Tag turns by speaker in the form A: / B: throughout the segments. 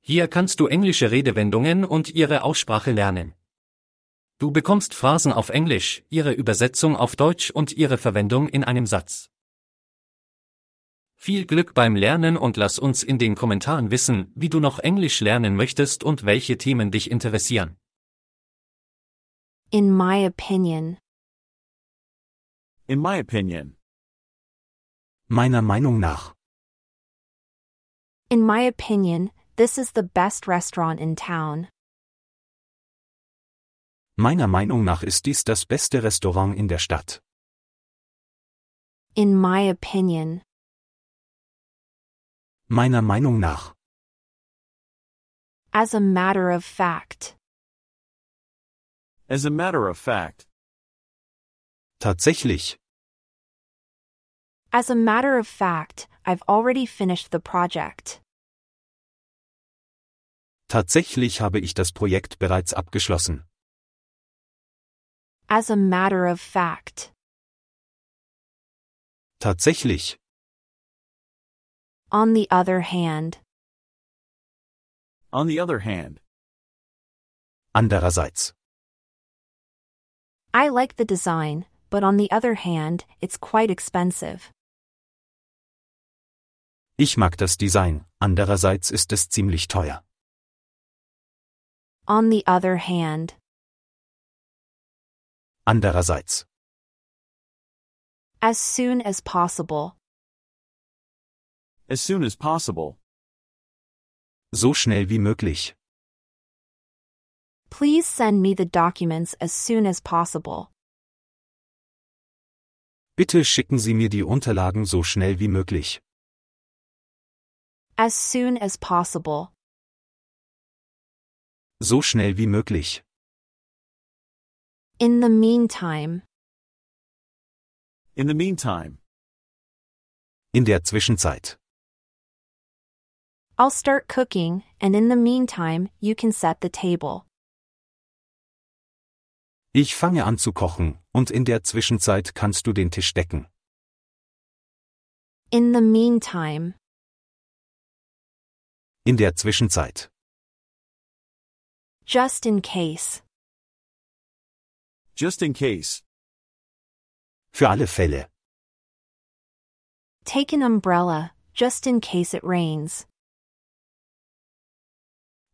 A: Hier kannst du englische Redewendungen und ihre Aussprache lernen. Du bekommst Phrasen auf Englisch, ihre Übersetzung auf Deutsch und ihre Verwendung in einem Satz. Viel Glück beim Lernen und lass uns in den Kommentaren wissen, wie du noch Englisch lernen möchtest und welche Themen dich interessieren.
B: In my opinion,
C: In my opinion.
D: Meiner Meinung nach.
B: in my opinion, this is the best restaurant in town.
D: Meiner Meinung nach ist dies das beste Restaurant in der Stadt.
B: In my opinion,
D: Meiner Meinung nach.
B: as a matter of fact,
C: As a matter of fact.
D: Tatsächlich.
B: as a matter of fact, I've already finished the project.
D: Tatsächlich habe ich das Projekt bereits abgeschlossen.
B: As a matter of fact,
D: Tatsächlich.
B: on the other hand,
C: On the other hand.
D: Andererseits.
B: I like the design, but on the other hand, it's quite expensive.
D: Ich mag das Design, andererseits ist es ziemlich teuer.
B: On the other hand,
D: Andererseits.
B: as soon as possible,
C: As soon as possible.
D: So schnell wie möglich.
B: please send me the documents as soon as possible.
D: Bitte schicken Sie mir die Unterlagen so schnell wie möglich.
B: As soon as possible,
D: So schnell wie möglich.
B: in the meantime,
C: In the meantime.
D: In der Zwischenzeit.
B: I'll start cooking, and in the meantime, you can set the table.
D: Ich fange an zu kochen, und in der Zwischenzeit kannst du den Tisch decken.
B: In the meantime,
D: In der Zwischenzeit.
B: just in case,
C: Just in case.
D: Für alle Fälle.
B: take an umbrella, just in case it rains.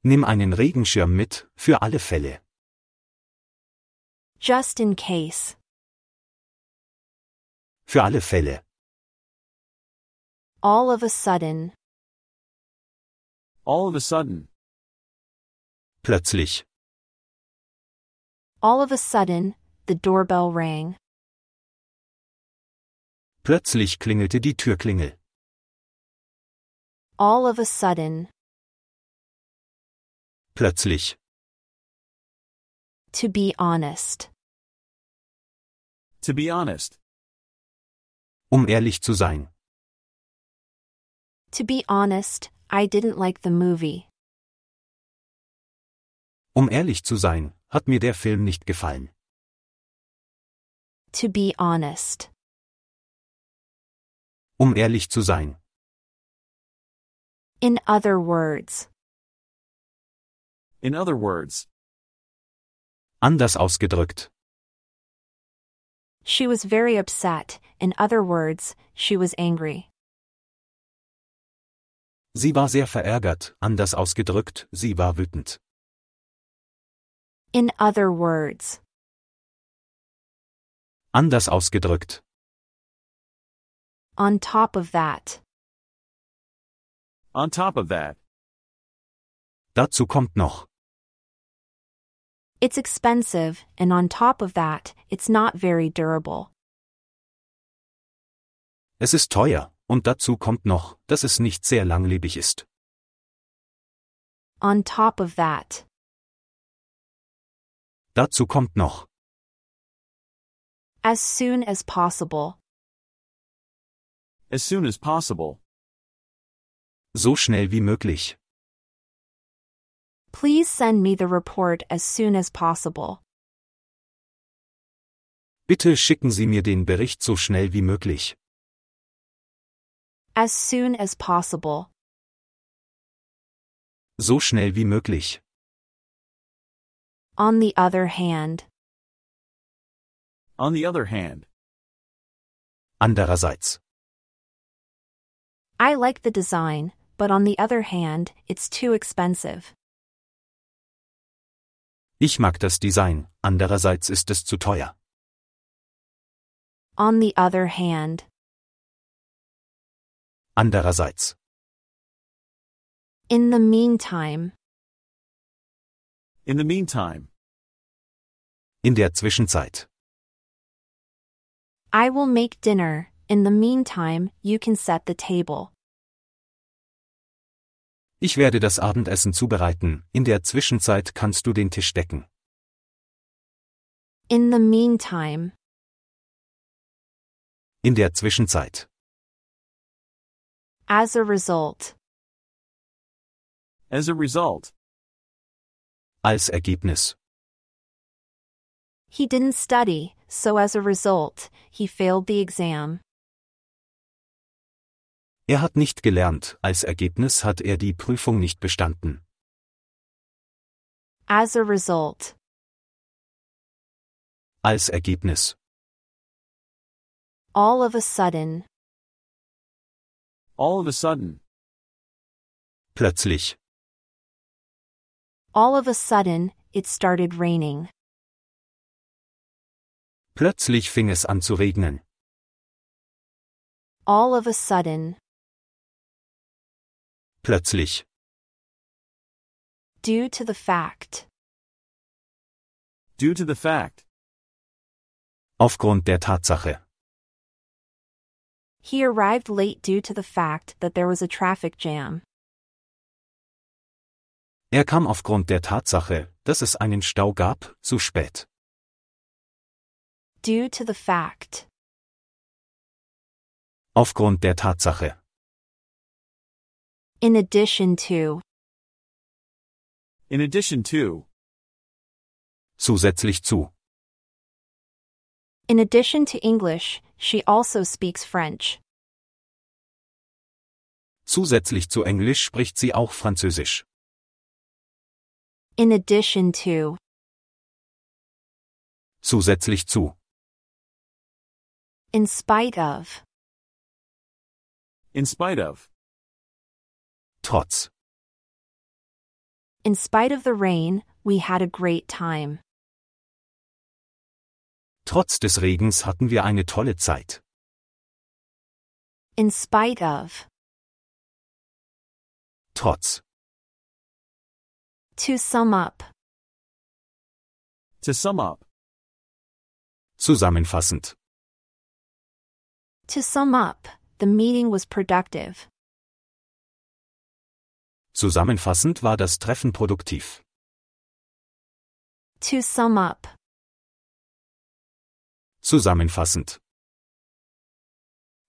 D: Nimm einen Regenschirm mit, für alle Fälle.
B: Just in case,
D: Für alle Fälle.
B: all of a sudden,
C: All of a sudden.
D: Plötzlich.
B: all of a sudden, the doorbell rang.
D: Plötzlich klingelte die Türklingel.
B: All of a sudden,
D: Plötzlich.
B: to be honest,
C: To be honest.
D: Um ehrlich zu sein.
B: to be honest, I didn't like the movie.
D: Um ehrlich zu sein, hat mir der Film nicht gefallen.
B: To be honest,
D: Um ehrlich zu sein.
B: in other words,
C: In other words.
D: Anders ausgedrückt.
B: she was very upset. In other words, she was angry.
D: Sie war sehr verärgert, anders ausgedrückt, sie war wütend.
B: In other words,
D: Anders ausgedrückt.
B: on top of that,
C: On top of that.
D: Dazu kommt noch.
B: it's expensive, and on top of that, it's not very durable.
D: Es ist teuer, und dazu kommt noch, dass es nicht sehr langlebig ist.
B: On top of that,
D: Dazu kommt noch.
B: as soon as possible,
C: As soon as possible.
D: So schnell wie möglich.
B: please send me the report as soon as possible.
D: Bitte schicken Sie mir den Bericht so schnell wie möglich.
B: As soon as possible,
D: So schnell wie möglich.
B: On the other hand,
C: On the other hand,
D: Andererseits.
B: I like the design, but on the other hand, it's too expensive.
D: Ich mag das Design, andererseits ist es zu teuer.
B: On the other hand,
D: Andererseits.
B: in the meantime,
C: in the meantime,
D: In der Zwischenzeit.
B: I will make dinner. In the meantime, you can set the table.
D: Ich werde das Abendessen zubereiten, in der Zwischenzeit kannst du den Tisch decken.
B: In the meantime,
D: In der Zwischenzeit.
B: as a result,
C: as a result,
D: Als Ergebnis.
B: he didn't study, so as a result, he failed the exam.
D: Er hat nicht gelernt, als Ergebnis hat er die Prüfung nicht bestanden.
B: As a result,
D: Als Ergebnis.
B: all of a sudden,
C: all of a sudden,
D: Plötzlich.
B: all of a sudden, it started raining.
D: Plötzlich fing es an zu regnen.
B: All of a sudden,
D: Plötzlich.
B: due to the fact,
C: due to the fact,
D: Aufgrund der Tatsache.
B: he arrived late due to the fact that there was a traffic jam.
D: Er kam aufgrund der Tatsache, dass es einen Stau gab, zu spät.
B: Due to the fact,
D: Aufgrund der Tatsache.
B: in addition to,
C: in addition to,
D: Zusätzlich zu.
B: in addition to English, she also speaks French.
D: Zusätzlich zu Englisch spricht sie auch Französisch.
B: In addition to,
D: Zusätzlich zu.
B: in spite of,
C: in spite of,
D: Trotz.
B: in spite of the rain, we had a great time.
D: Trotz des Regens hatten wir eine tolle Zeit.
B: In spite of,
D: Trotz.
B: to sum up,
C: to sum up,
D: Zusammenfassend.
B: to sum up, the meeting was productive.
D: Zusammenfassend war das Treffen produktiv.
B: To sum up,
D: Zusammenfassend.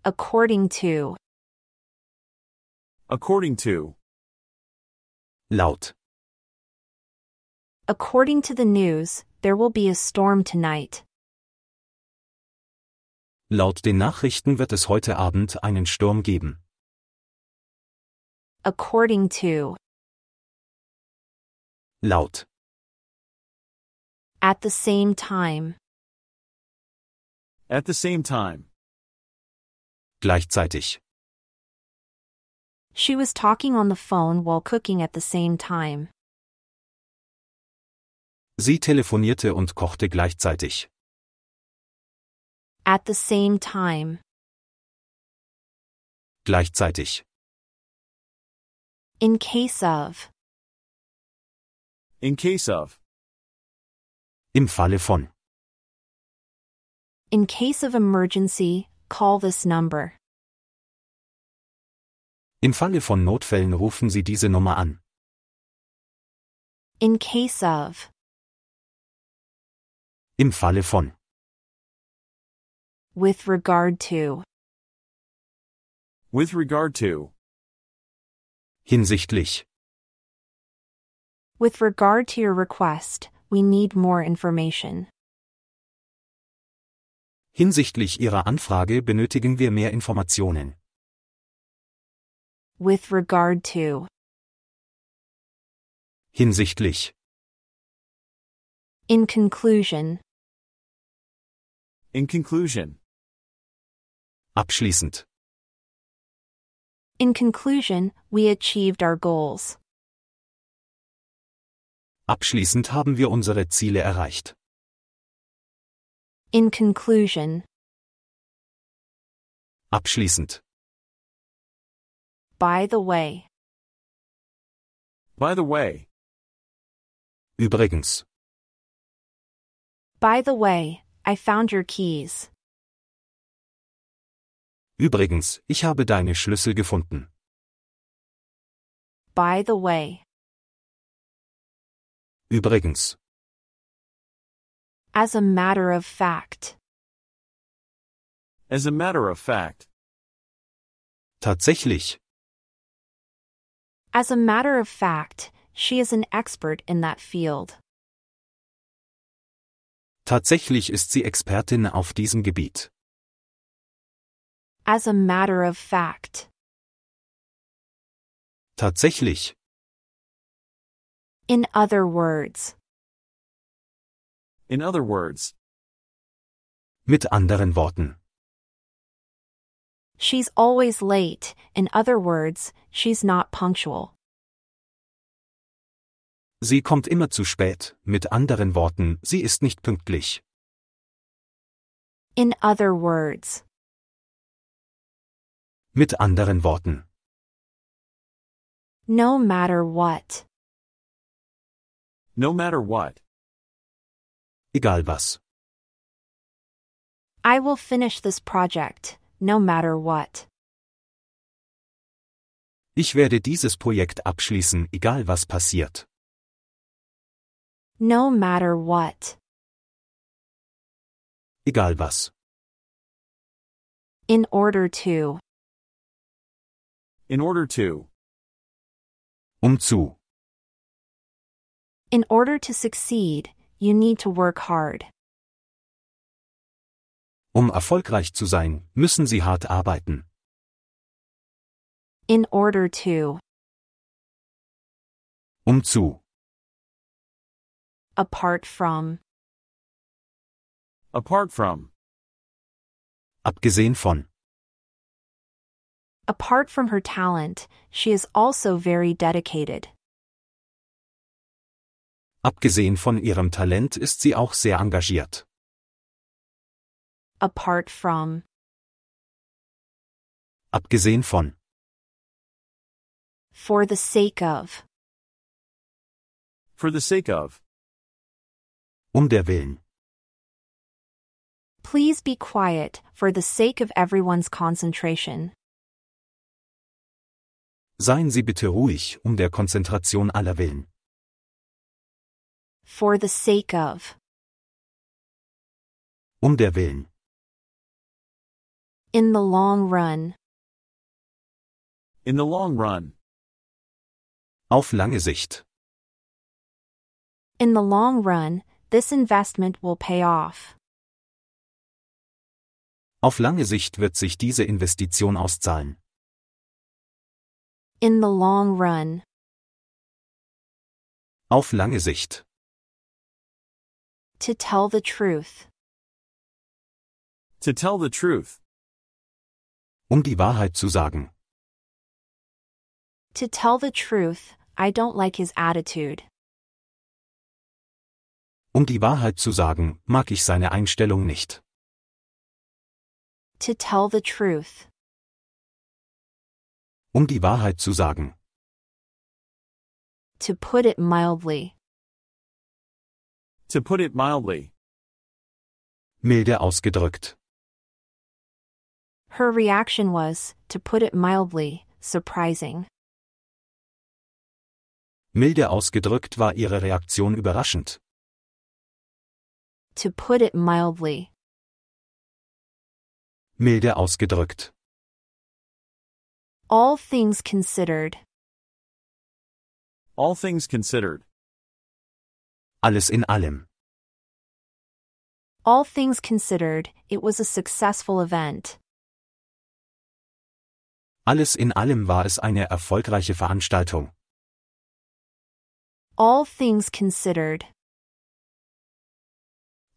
B: according to,
C: according to,
D: Laut.
B: according to the news, there will be a storm tonight.
D: Laut den Nachrichten wird es heute Abend einen Sturm geben.
B: According to,
D: Laut.
B: at the same time,
C: at the same time,
D: Gleichzeitig.
B: she was talking on the phone while cooking at the same time.
D: Sie telefonierte und kochte gleichzeitig.
B: At the same time,
D: Gleichzeitig.
B: in case of,
C: in case of,
D: Im Falle von.
B: in case of emergency, call this number.
D: Im Falle von Notfällen rufen Sie diese Nummer an.
B: In case of,
D: Im Falle von.
B: with regard to,
C: with regard to,
D: Hinsichtlich.
B: with regard to your request, we need more information.
D: Hinsichtlich Ihrer Anfrage benötigen wir mehr Informationen.
B: With regard to,
D: Hinsichtlich.
B: In conclusion.
C: In conclusion.
D: Abschließend.
B: In conclusion, we achieved our goals.
D: Abschließend haben wir unsere Ziele erreicht.
B: In conclusion.
D: Abschließend.
B: By the way.
C: By the way,
D: Übrigens.
B: By the way, I found your keys.
D: Übrigens, ich habe deine Schlüssel gefunden.
B: By the way.
D: Übrigens.
B: As a matter of fact.
C: as a matter of fact,
D: Tatsächlich.
B: As a matter of fact, she is an expert in that field.
D: Tatsächlich ist sie Expertin auf diesem Gebiet.
B: As a matter of fact.
D: Tatsächlich.
B: In other words.
C: in other words,
D: Mit anderen Worten.
B: She's always late, in other words, she's not punctual.
D: Sie kommt immer zu spät. Mit anderen Worten, sie ist nicht pünktlich.
B: In other words.
D: Mit anderen Worten.
B: No matter what.
C: no matter what,
D: Egal was.
B: I will finish this project, no matter what.
D: Ich werde dieses Projekt abschließen, egal was passiert.
B: No matter what.
D: Egal was.
B: In order to.
C: in order to,
D: Um zu.
B: In order to succeed, you need to work hard.
D: Um erfolgreich zu sein, müssen sie hart arbeiten.
B: In order to.
D: Um zu.
B: Apart from.
C: apart from,
D: Abgesehen von.
B: Apart from her talent, she is also very dedicated.
D: Abgesehen von ihrem Talent ist sie auch sehr engagiert.
B: Apart from.
D: Abgesehen von.
B: For the sake of.
C: for the sake of.
D: Um der Willen.
B: Please be quiet, for the sake of everyone's concentration.
D: Seien Sie bitte ruhig, um der Konzentration aller Willen.
B: For the sake of.
D: Um der Willen.
B: In the long run.
C: In the long run,
D: Auf lange Sicht.
B: In the long run, this investment will pay off.
D: Auf lange Sicht wird sich diese Investition auszahlen.
B: In the long run.
D: Auf lange Sicht.
B: To tell the truth.
C: to tell the truth,
D: Um die Wahrheit zu sagen.
B: To tell the truth, I don't like his attitude.
D: Um die Wahrheit zu sagen, mag ich seine Einstellung nicht.
B: To tell the truth.
D: Um die Wahrheit zu sagen.
B: To put it mildly.
C: to put it mildly,
D: Milde ausgedrückt.
B: Her reaction was, to put it mildly, surprising.
D: Milde ausgedrückt war ihre Reaktion überraschend.
B: To put it mildly.
D: Milde ausgedrückt.
B: All things considered.
C: all things considered,
D: Alles in allem.
B: All things considered, it was a successful event.
D: Alles in allem war es eine erfolgreiche Veranstaltung.
B: All things considered.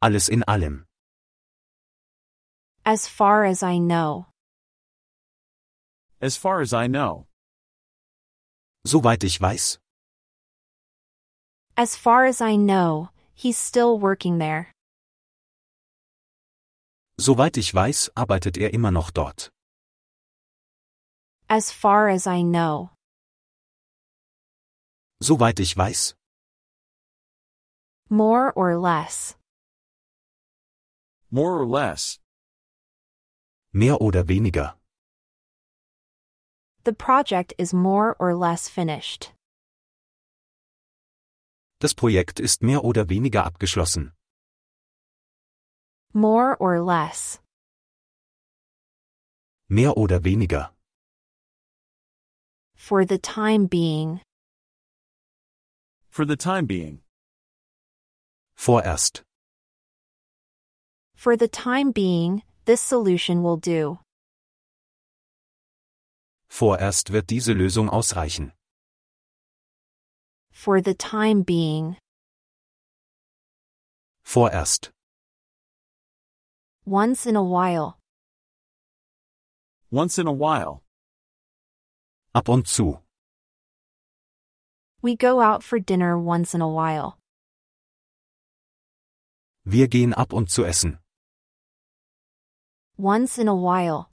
D: Alles in allem.
B: As far as I know.
C: As far as I know.
D: Soweit ich weiß.
B: As far as I know, he's still working there.
D: Soweit ich weiß, arbeitet er immer noch dort.
B: As far as I know.
D: Soweit ich weiß.
B: More or less.
C: More or less.
D: Mehr oder weniger.
B: The project is more or less finished.
D: Das Projekt ist mehr oder weniger abgeschlossen.
B: More or less.
D: Mehr oder weniger.
B: For the time being.
C: For the time being.
D: Vorerst.
B: For the time being, this solution will do.
D: Vorerst wird diese Lösung ausreichen.
B: For the time being.
D: Vorerst.
B: Once in a while.
C: Once in a while.
D: Ab und zu.
B: We go out for dinner once in a while.
D: Wir gehen ab und zu essen.
B: Once in a while.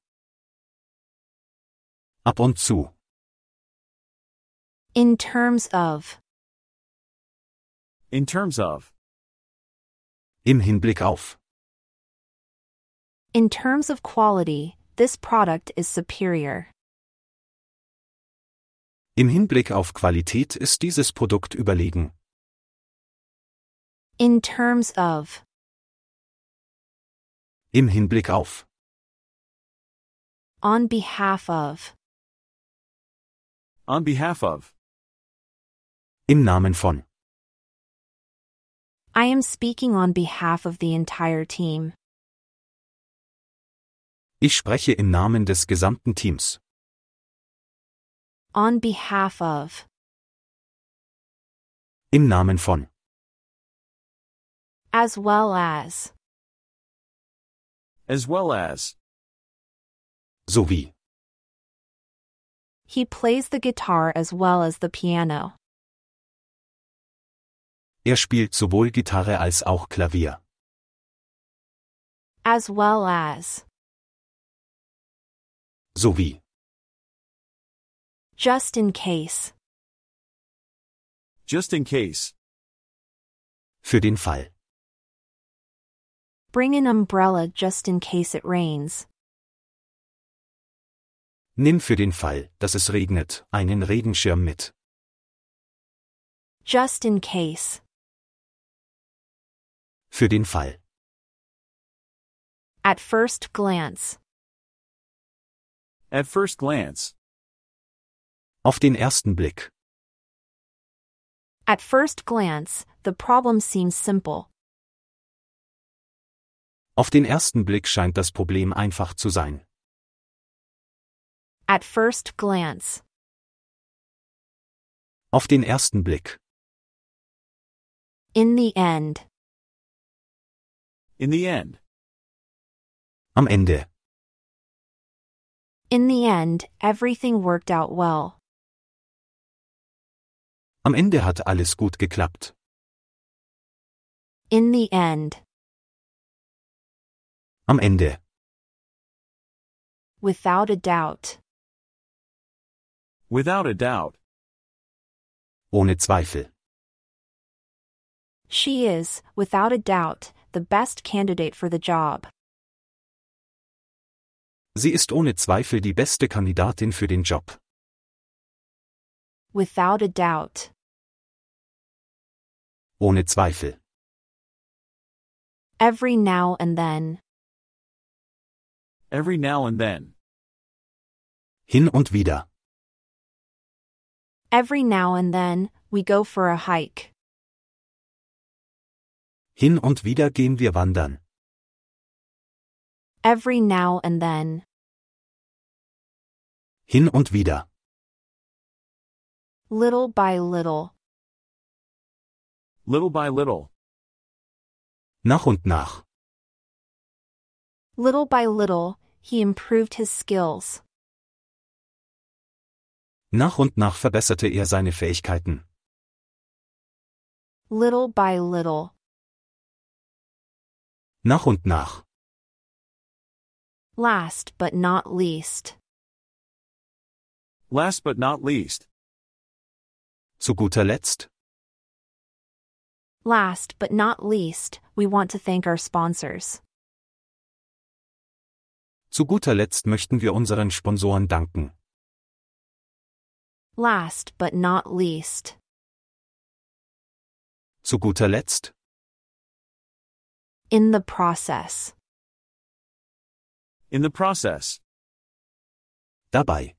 D: Ab und zu.
B: In terms of.
C: In terms of.
D: Im Hinblick auf.
B: In terms of quality, this product is superior.
D: Im Hinblick auf Qualität ist dieses Produkt überlegen.
B: In terms of.
D: Im Hinblick auf.
B: On behalf of.
C: On behalf of.
D: Im Namen von.
B: I am speaking on behalf of the entire team.
D: Ich spreche im Namen des gesamten Teams.
B: On behalf of.
D: Im Namen von.
B: As well as.
C: As well as.
D: Sowie.
B: He plays the guitar as well as the piano.
D: Er spielt sowohl Gitarre als auch Klavier.
B: As well as.
D: Sowie.
B: Just in case.
C: Just in case.
D: Für den Fall.
B: Bring an umbrella just in case it rains.
D: Nimm für den Fall, dass es regnet, einen Regenschirm mit.
B: Just in case.
D: Für den Fall.
B: At first glance.
C: At first glance.
D: Auf den ersten Blick.
B: At first glance, the problem seems simple.
D: Auf den ersten Blick scheint das Problem einfach zu sein.
B: At first glance.
D: Auf den ersten Blick.
B: In the end.
C: In the end.
D: Am Ende.
B: In the end, everything worked out well.
D: Am Ende hat alles gut geklappt.
B: In the end.
D: Am Ende.
B: Without a doubt.
C: Without a doubt.
D: Ohne Zweifel.
B: She is, without a doubt, the best candidate for the job.
D: Sie ist ohne Zweifel die beste Kandidatin für den Job.
B: Without a doubt.
D: Ohne Zweifel.
B: Every now and then.
C: Every now and then.
D: Hin und wieder.
B: Every now and then, we go for a hike.
D: Hin und wieder gehen wir wandern.
B: Every now and then.
D: Hin und wieder.
B: Little by little.
C: Little by little.
D: Nach und nach.
B: Little by little, he improved his skills.
D: Nach und nach verbesserte er seine Fähigkeiten.
B: Little by little.
D: Nach und nach.
B: Last but not least.
C: Last but not least.
D: Zu guter Letzt,
B: Last but not least, we want to thank our sponsors.
D: zu guter Letzt möchten wir unseren Sponsoren danken.
B: Last but not least.
D: Zu guter Letzt,
B: In the process.
C: In the process.
D: dabei.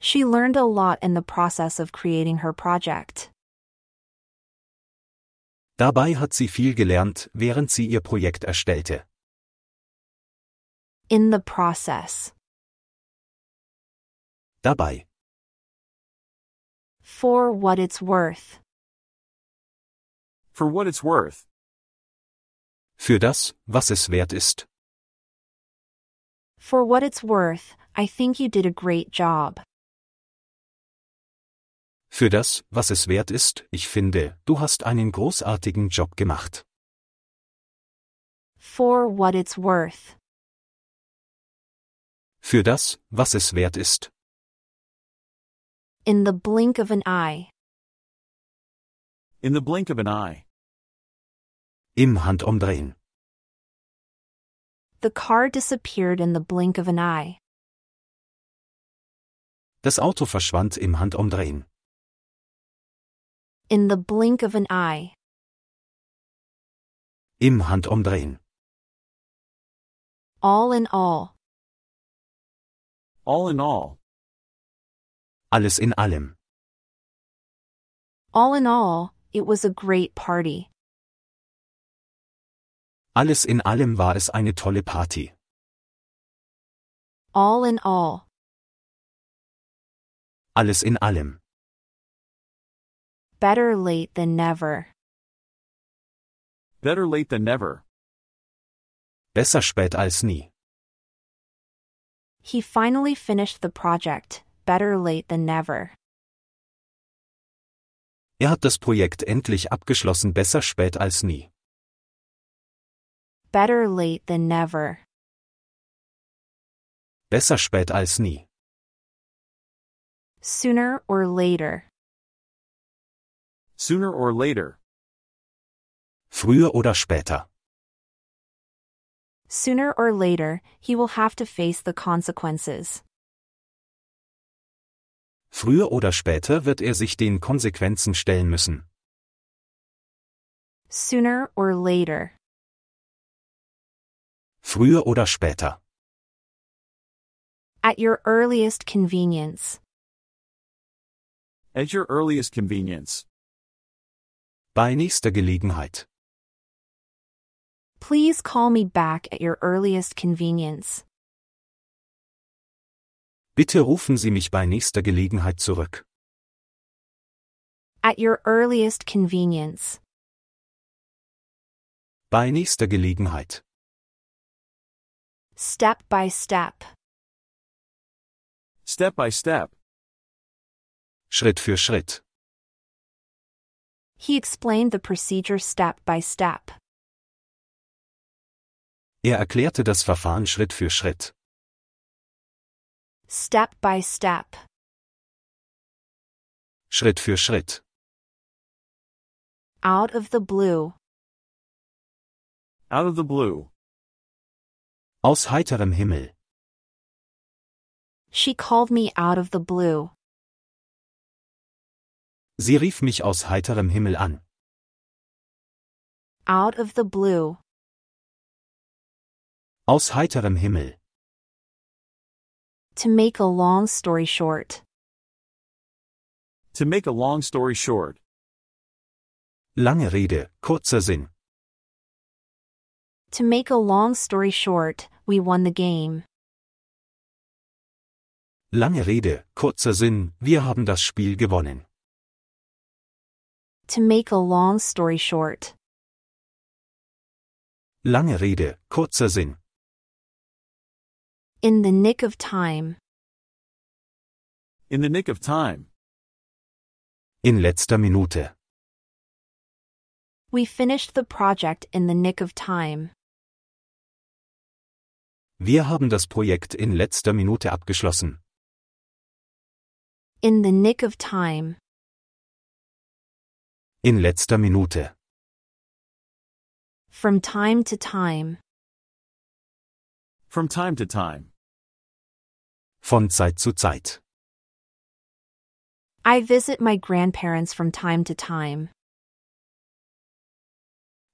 B: She learned a lot in the process of creating her project.
D: Dabei hat sie viel gelernt, während sie ihr Projekt erstellte.
B: In the process.
D: Dabei.
B: For what it's worth.
C: For what it's worth.
D: Für das, was es wert ist.
B: For what it's worth, I think you did a great job.
D: Für das, was es wert ist, ich finde, du hast einen großartigen Job gemacht.
B: For what it's worth.
D: Für das, was es wert ist.
B: In the blink of an eye.
C: In the blink of an eye.
D: Im Handumdrehen.
B: The car disappeared in the blink of an eye.
D: Das Auto verschwand im Handumdrehen.
B: In the blink of an eye.
D: Im Handumdrehen.
B: All in all.
C: All in all.
D: Alles in allem.
B: All in all, it was a great party.
D: Alles in allem war es eine tolle Party.
B: All in all.
D: Alles in allem.
B: Better late than never.
C: Better late than never.
D: Besser spät als nie.
B: He finally finished the project, better late than never.
D: Er hat das Projekt endlich abgeschlossen, besser spät als nie.
B: Better late than never.
D: Besser spät als nie.
B: Sooner or later.
C: Sooner or later.
D: Früher oder später.
B: Sooner or later, he will have to face the consequences.
D: Früher oder später wird er sich den Konsequenzen stellen müssen.
B: Sooner or later.
D: Früher oder später.
B: At your earliest convenience.
C: At your earliest convenience.
D: Bei nächster Gelegenheit.
B: Please call me back at your earliest convenience.
D: Bitte rufen Sie mich bei nächster Gelegenheit zurück.
B: At your earliest convenience.
D: Bei nächster Gelegenheit.
B: Step by step.
C: Step by step.
D: Schritt für Schritt.
B: He explained the procedure step by step.
D: Er erklärte das Verfahren Schritt für Schritt.
B: Step by step.
D: Schritt für Schritt.
B: Out of the blue.
C: Out of the blue.
D: Aus heiterem Himmel.
B: She called me out of the blue.
D: Sie rief mich aus heiterem Himmel an.
B: Out of the blue.
D: Aus heiterem Himmel.
B: To make a long story short.
C: To make a long story short.
D: Lange Rede, kurzer Sinn.
B: To make a long story short, we won the game.
D: Lange Rede, kurzer Sinn, wir haben das Spiel gewonnen.
B: To make a long story short,
D: Lange Rede, kurzer Sinn.
B: in the nick of time,
C: In the nick of time.
D: In letzter Minute.
B: we finished the project in the nick of time.
D: Wir haben das Projekt in letzter Minute abgeschlossen.
B: In the nick of time,
D: In letzter Minute.
B: from time to time,
C: From time to time.
D: Von Zeit zu Zeit.
B: I visit my grandparents from time to time.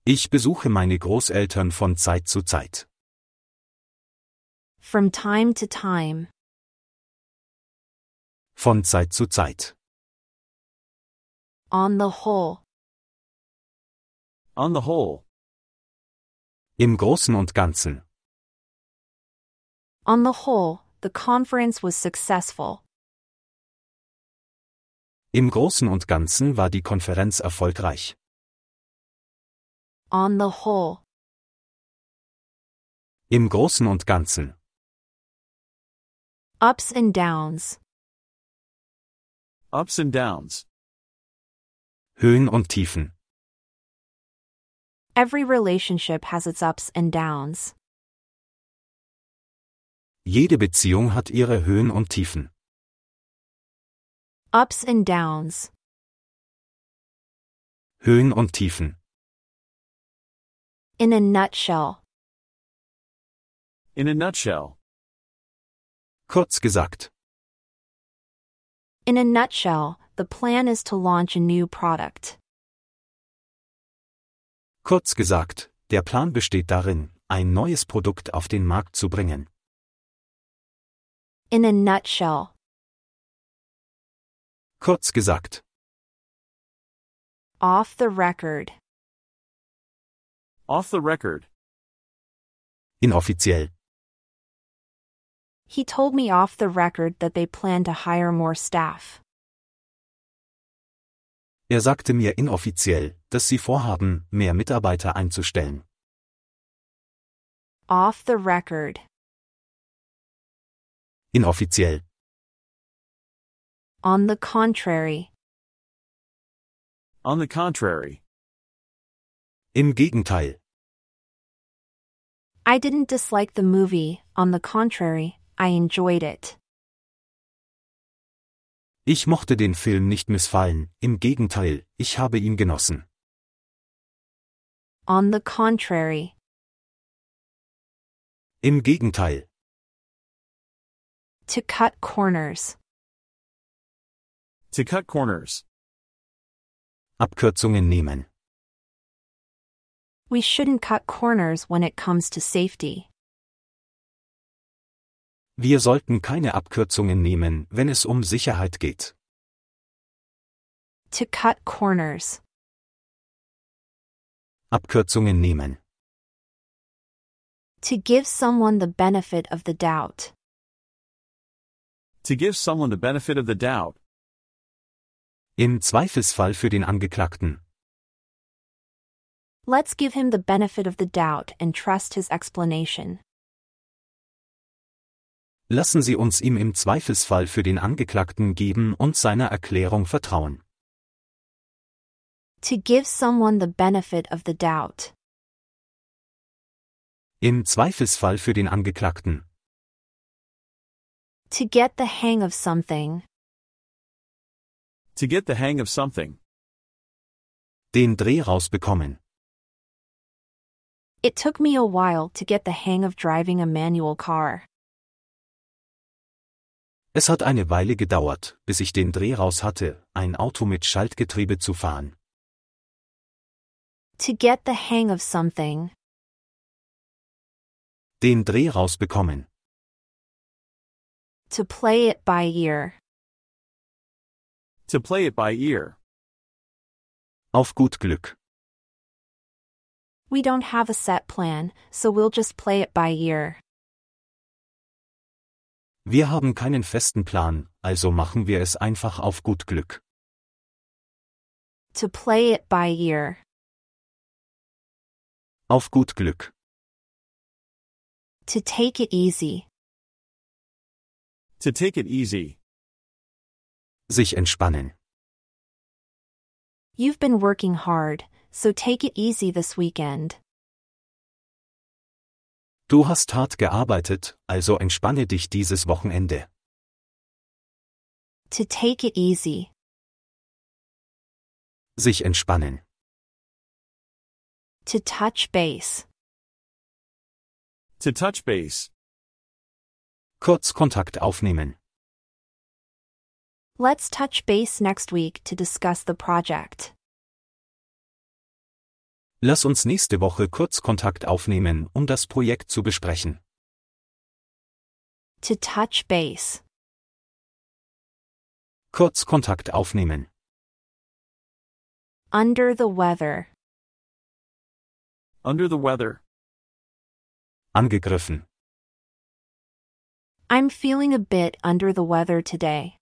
D: Ich besuche meine Großeltern von Zeit zu Zeit.
B: From time to time,
D: Von Zeit zu Zeit.
B: on the whole,
C: On the whole.
D: Im Großen und Ganzen.
B: on the whole, the conference was successful.
D: Im Großen und Ganzen war die Konferenz erfolgreich.
B: On the whole,
D: Im Großen und Ganzen.
B: ups and downs,
C: Ups and downs.
D: Höhen und Tiefen.
B: every relationship has its ups and downs.
D: Jede Beziehung hat ihre Höhen und Tiefen.
B: Ups and downs,
D: Höhen und Tiefen.
B: in a nutshell.
C: In a nutshell.
D: Kurz gesagt.
B: In a nutshell, the plan is to launch a new product.
D: Kurz gesagt, der Plan besteht darin, ein neues Produkt auf den Markt zu bringen.
B: In a nutshell,
D: Kurz gesagt.
B: off the record,
C: Off the record.
D: Inoffiziell.
B: he told me off the record that they plan to hire more staff.
D: Er sagte mir inoffiziell, dass sie vorhaben, mehr Mitarbeiter einzustellen.
B: Off the record,
D: Inoffiziell.
B: on the contrary,
C: On the contrary.
D: Im Gegenteil.
B: I didn't dislike the movie, on the contrary, I enjoyed it.
D: Ich mochte den Film nicht missfallen, im Gegenteil, ich habe ihn genossen.
B: On the contrary,
D: Im Gegenteil.
B: to cut corners,
C: To cut corners.
D: Abkürzungen nehmen.
B: we shouldn't cut corners when it comes to safety.
D: Wir sollten keine Abkürzungen nehmen, wenn es um Sicherheit geht.
B: To cut corners,
D: Abkürzungen nehmen.
B: to give someone the benefit of the doubt.
C: To give someone the benefit of the doubt.
D: Im Zweifelsfall für den Angeklagten.
B: Let's give him the benefit of the doubt and trust his explanation.
D: Lassen Sie uns ihm im Zweifelsfall für den Angeklagten geben und seiner Erklärung vertrauen.
B: To give someone the benefit of the doubt.
D: Im Zweifelsfall für den Angeklagten.
B: To get the hang of something.
C: To get the hang of something.
D: Den Dreh rausbekommen.
B: It took me a while to get the hang of driving a manual car.
D: Es hat eine Weile gedauert, bis ich den Dreh raus hatte, ein Auto mit Schaltgetriebe zu fahren.
B: To get the hang of something.
D: Den Dreh rausbekommen.
B: To play it by ear.
C: To play it by ear.
D: Auf gut Glück.
B: We don't have a set plan, so we'll just play it by ear.
D: Wir haben keinen festen Plan, also machen wir es einfach auf gut Glück.
B: To play it by ear.
D: Auf gut Glück.
B: To take it easy.
C: To take it easy.
D: Sich entspannen.
B: You've been working hard, so take it easy this weekend.
D: Du hast hart gearbeitet, also entspanne dich dieses Wochenende.
B: To take it easy.
D: Sich entspannen.
B: To touch base.
C: To touch base.
D: Kurz Kontakt aufnehmen.
B: Let's touch base next week to discuss the project.
D: Lass uns nächste Woche kurz Kontakt aufnehmen, um das Projekt zu besprechen.
B: To touch base.
D: Kurz Kontakt aufnehmen.
B: Under the weather.
C: Under the weather.
D: Angegriffen.
B: I'm feeling a bit under the weather today.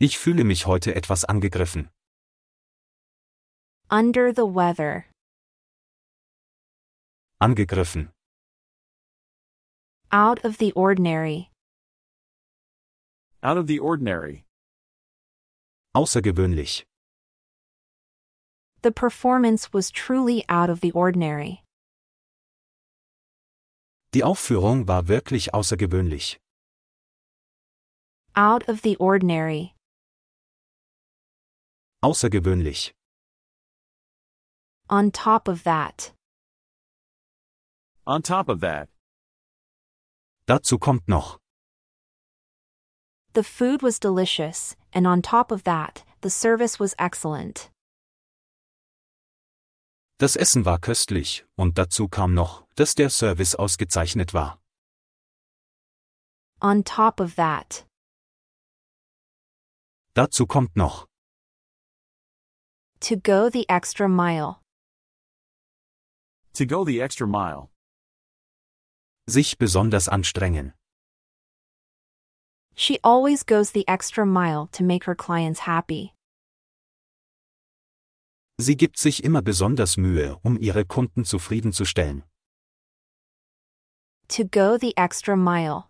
D: Ich fühle mich heute etwas angegriffen.
B: Under the weather.
D: Angegriffen.
B: Out of the ordinary.
C: Out of the ordinary.
D: Außergewöhnlich.
B: The performance was truly out of the ordinary.
D: Die Aufführung war wirklich außergewöhnlich.
B: Out of the ordinary.
D: Außergewöhnlich.
B: On top of that.
C: On top of that,
D: Dazu kommt noch.
B: The food was delicious, and on top of that, the service was excellent.
D: Das Essen war köstlich, und dazu kam noch, dass der Service ausgezeichnet war.
B: On top of that.
D: Dazu kommt noch.
B: To go the extra mile.
C: to go the extra mile.
D: Sich besonders anstrengen.
B: She always goes the extra mile to make her clients happy.
D: Sie gibt sich immer besonders Mühe, um ihre Kunden zufriedenzustellen.
B: To go the extra mile.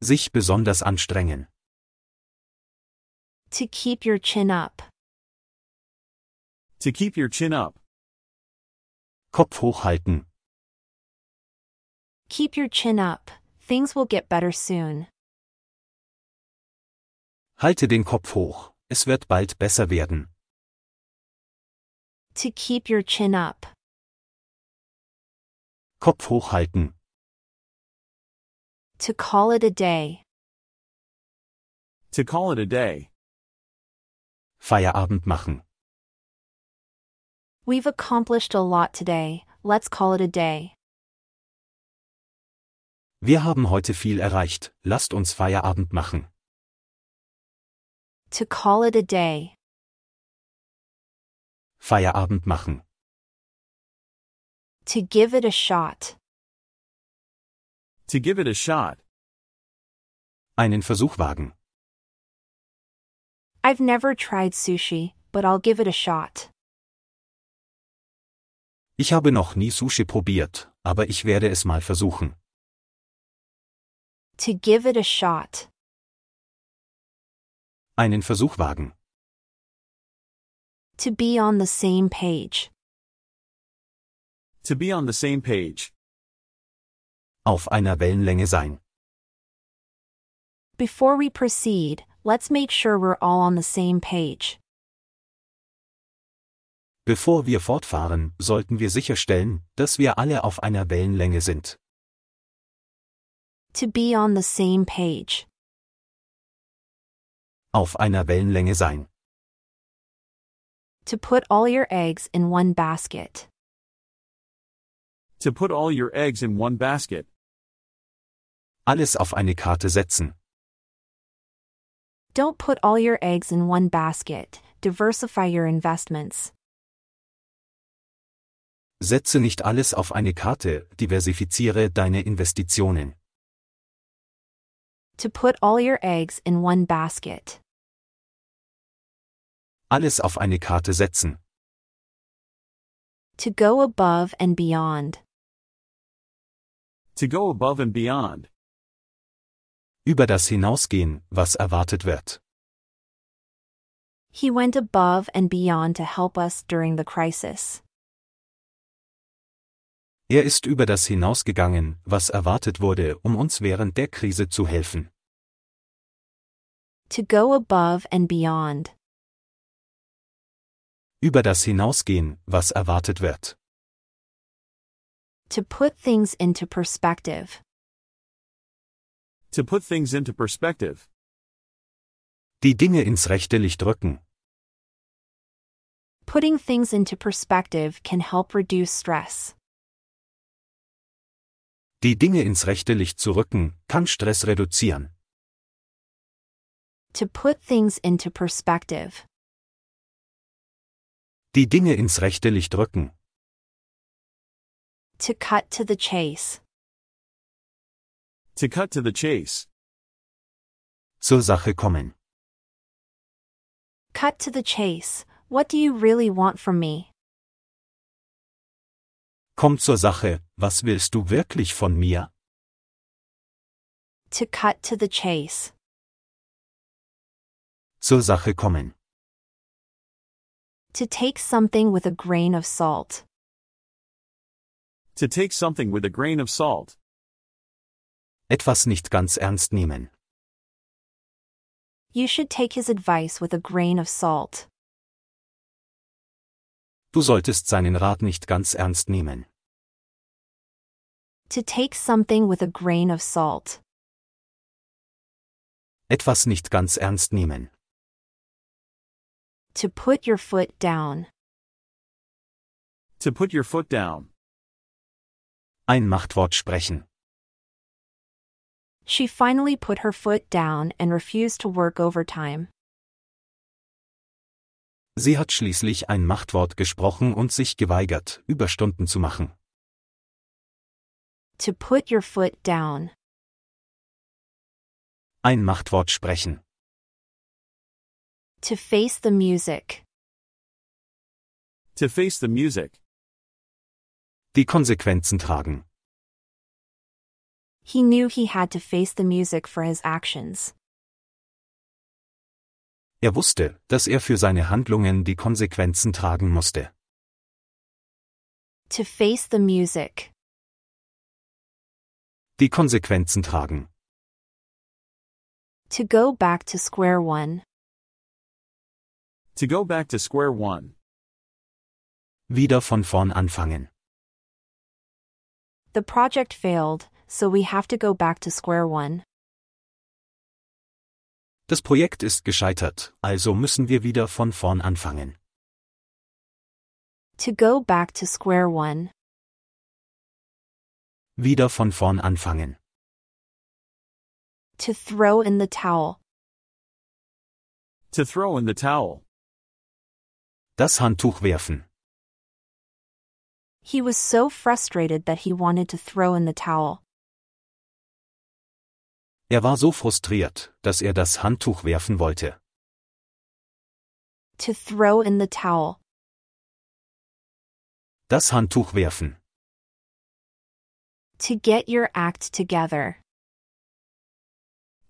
D: Sich besonders anstrengen.
B: To keep your chin up.
C: To keep your chin up.
D: Kopf hochhalten.
B: Keep your chin up. Things will get better soon.
D: Halte den Kopf hoch. Es wird bald besser werden.
B: To keep your chin up.
D: Kopf hochhalten.
B: To call it a day.
C: To call it a day.
D: Feierabend machen.
B: We've accomplished a lot today. Let's call it a day.
D: Wir haben heute viel erreicht. Lasst uns Feierabend machen.
B: To call it a day.
D: Feierabend machen.
B: To give it a shot.
C: To give it a shot.
D: Einen Versuch wagen.
B: I've never tried sushi, but I'll give it a shot.
D: Ich habe noch nie Sushi probiert, aber ich werde es mal versuchen.
B: To give it a shot.
D: Einen Versuch wagen.
B: To be on the same page.
C: To be on the same page.
D: Auf einer Wellenlänge sein.
B: Before we proceed, let's make sure we're all on the same page.
D: Bevor wir fortfahren, sollten wir sicherstellen, dass wir alle auf einer Wellenlänge sind.
B: To be on the same page.
D: Auf einer Wellenlänge sein.
B: To put all your eggs in one basket.
C: To put all your eggs in one basket.
D: Alles auf eine Karte setzen.
B: Don't put all your eggs in one basket. Diversify your investments.
D: Setze nicht alles auf eine Karte, diversifiziere deine Investitionen.
B: To put all your eggs in one basket.
D: Alles auf eine Karte setzen.
B: To go above and beyond.
C: To go above and beyond.
D: Über das hinausgehen, was erwartet wird.
B: He went above and beyond to help us during the crisis.
D: Er ist über das hinausgegangen, was erwartet wurde, um uns während der Krise zu helfen.
B: To go above and beyond.
D: Über das hinausgehen, was erwartet wird.
B: To put things into perspective.
C: To put things into perspective.
D: Die Dinge ins rechte Licht rücken.
B: Putting things into perspective can help reduce stress.
D: Die Dinge ins rechte Licht zu rücken, kann Stress reduzieren.
B: To put things into perspective.
D: Die Dinge ins rechte Licht rücken.
B: To cut to the chase.
C: To cut to the chase.
D: Zur Sache kommen.
B: Cut to the chase. What do you really want from me?
D: Komm zur Sache, was willst du wirklich von mir?
B: To cut to the chase.
D: Zur Sache kommen.
B: To take something with a grain of salt.
C: To take something with a grain of salt.
D: Etwas nicht ganz ernst nehmen.
B: You should take his advice with a grain of salt.
D: Du solltest seinen Rat nicht ganz ernst nehmen.
B: To take something with a grain of salt.
D: Etwas nicht ganz ernst nehmen.
B: To put your foot down.
C: To put your foot down.
D: Ein Machtwort sprechen.
B: She finally put her foot down and refused to work overtime.
D: Sie hat schließlich ein Machtwort gesprochen und sich geweigert, Überstunden zu machen.
B: To put your foot down.
D: Ein Machtwort sprechen.
B: To face the music.
C: To face the music.
D: Die Konsequenzen tragen.
B: He knew he had to face the music for his actions.
D: Er wusste, dass er für seine Handlungen die Konsequenzen tragen musste.
B: To face the music.
D: Die Konsequenzen tragen.
B: To go back to square one.
C: To go back to square one.
D: Wieder von vorn anfangen.
B: The project failed, so we have to go back to square one.
D: Das Projekt ist gescheitert, also müssen wir wieder von vorn anfangen.
B: To go back to square one.
D: Wieder von vorn anfangen.
B: To throw in the towel.
C: To throw in the towel.
D: Das Handtuch werfen.
B: He was so frustrated that he wanted to throw in the towel.
D: Er war so frustriert, dass er das Handtuch werfen wollte.
B: To throw in the towel.
D: Das Handtuch werfen.
B: To get your act together.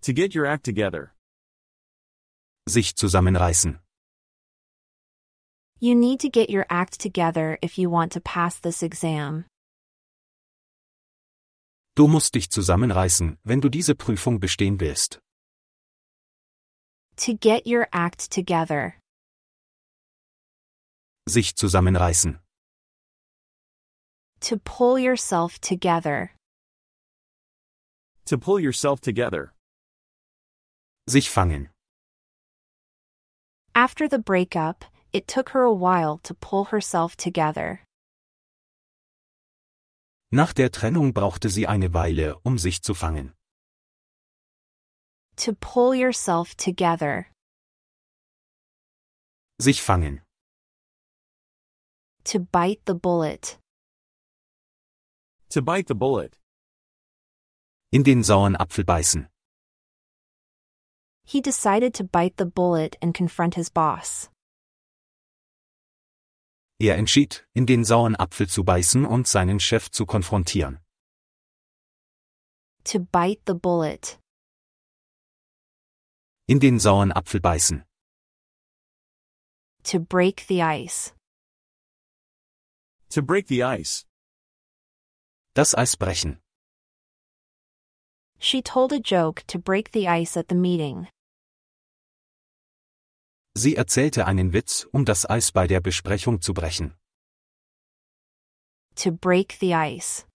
C: To get your act together.
D: Sich zusammenreißen.
B: You need to get your act together if you want to pass this exam.
D: Du musst dich zusammenreißen, wenn du diese Prüfung bestehen willst.
B: To get your act together.
D: Sich zusammenreißen.
B: To pull yourself together.
C: To pull yourself together.
D: Sich fangen.
B: After the breakup, it took her a while to pull herself together.
D: Nach der Trennung brauchte sie eine Weile, um sich zu fangen.
B: To pull yourself together.
D: Sich fangen.
B: To bite the bullet.
C: To bite the bullet.
D: In den sauren Apfel beißen.
B: He decided to bite the bullet and confront his boss.
D: Er entschied, in den sauren Apfel zu beißen und seinen Chef zu konfrontieren.
B: To bite the bullet.
D: In den sauren Apfel beißen.
B: To break the ice.
C: To break the ice.
D: Das Eis brechen.
B: She told a joke to break the ice at the meeting.
D: Sie erzählte einen Witz, um das Eis bei der Besprechung zu brechen.
B: To break the ice.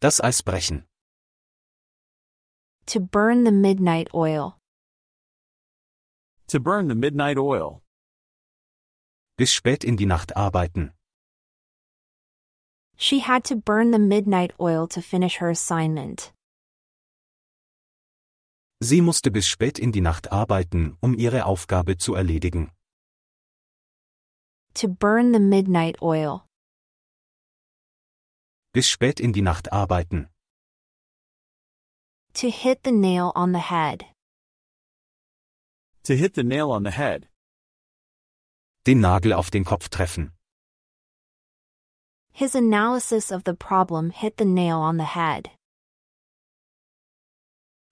D: Das Eis brechen.
B: To burn the midnight oil.
C: To burn the midnight oil.
D: Bis spät in die Nacht arbeiten.
B: She had to burn the midnight oil to finish her assignment.
D: Sie musste bis spät in die Nacht arbeiten, um ihre Aufgabe zu erledigen.
B: To burn the midnight oil.
D: Bis spät in die Nacht arbeiten.
B: To hit the nail on the head.
C: To hit the nail on the head.
D: Den Nagel auf den Kopf treffen.
B: His analysis of the problem hit the nail on the head.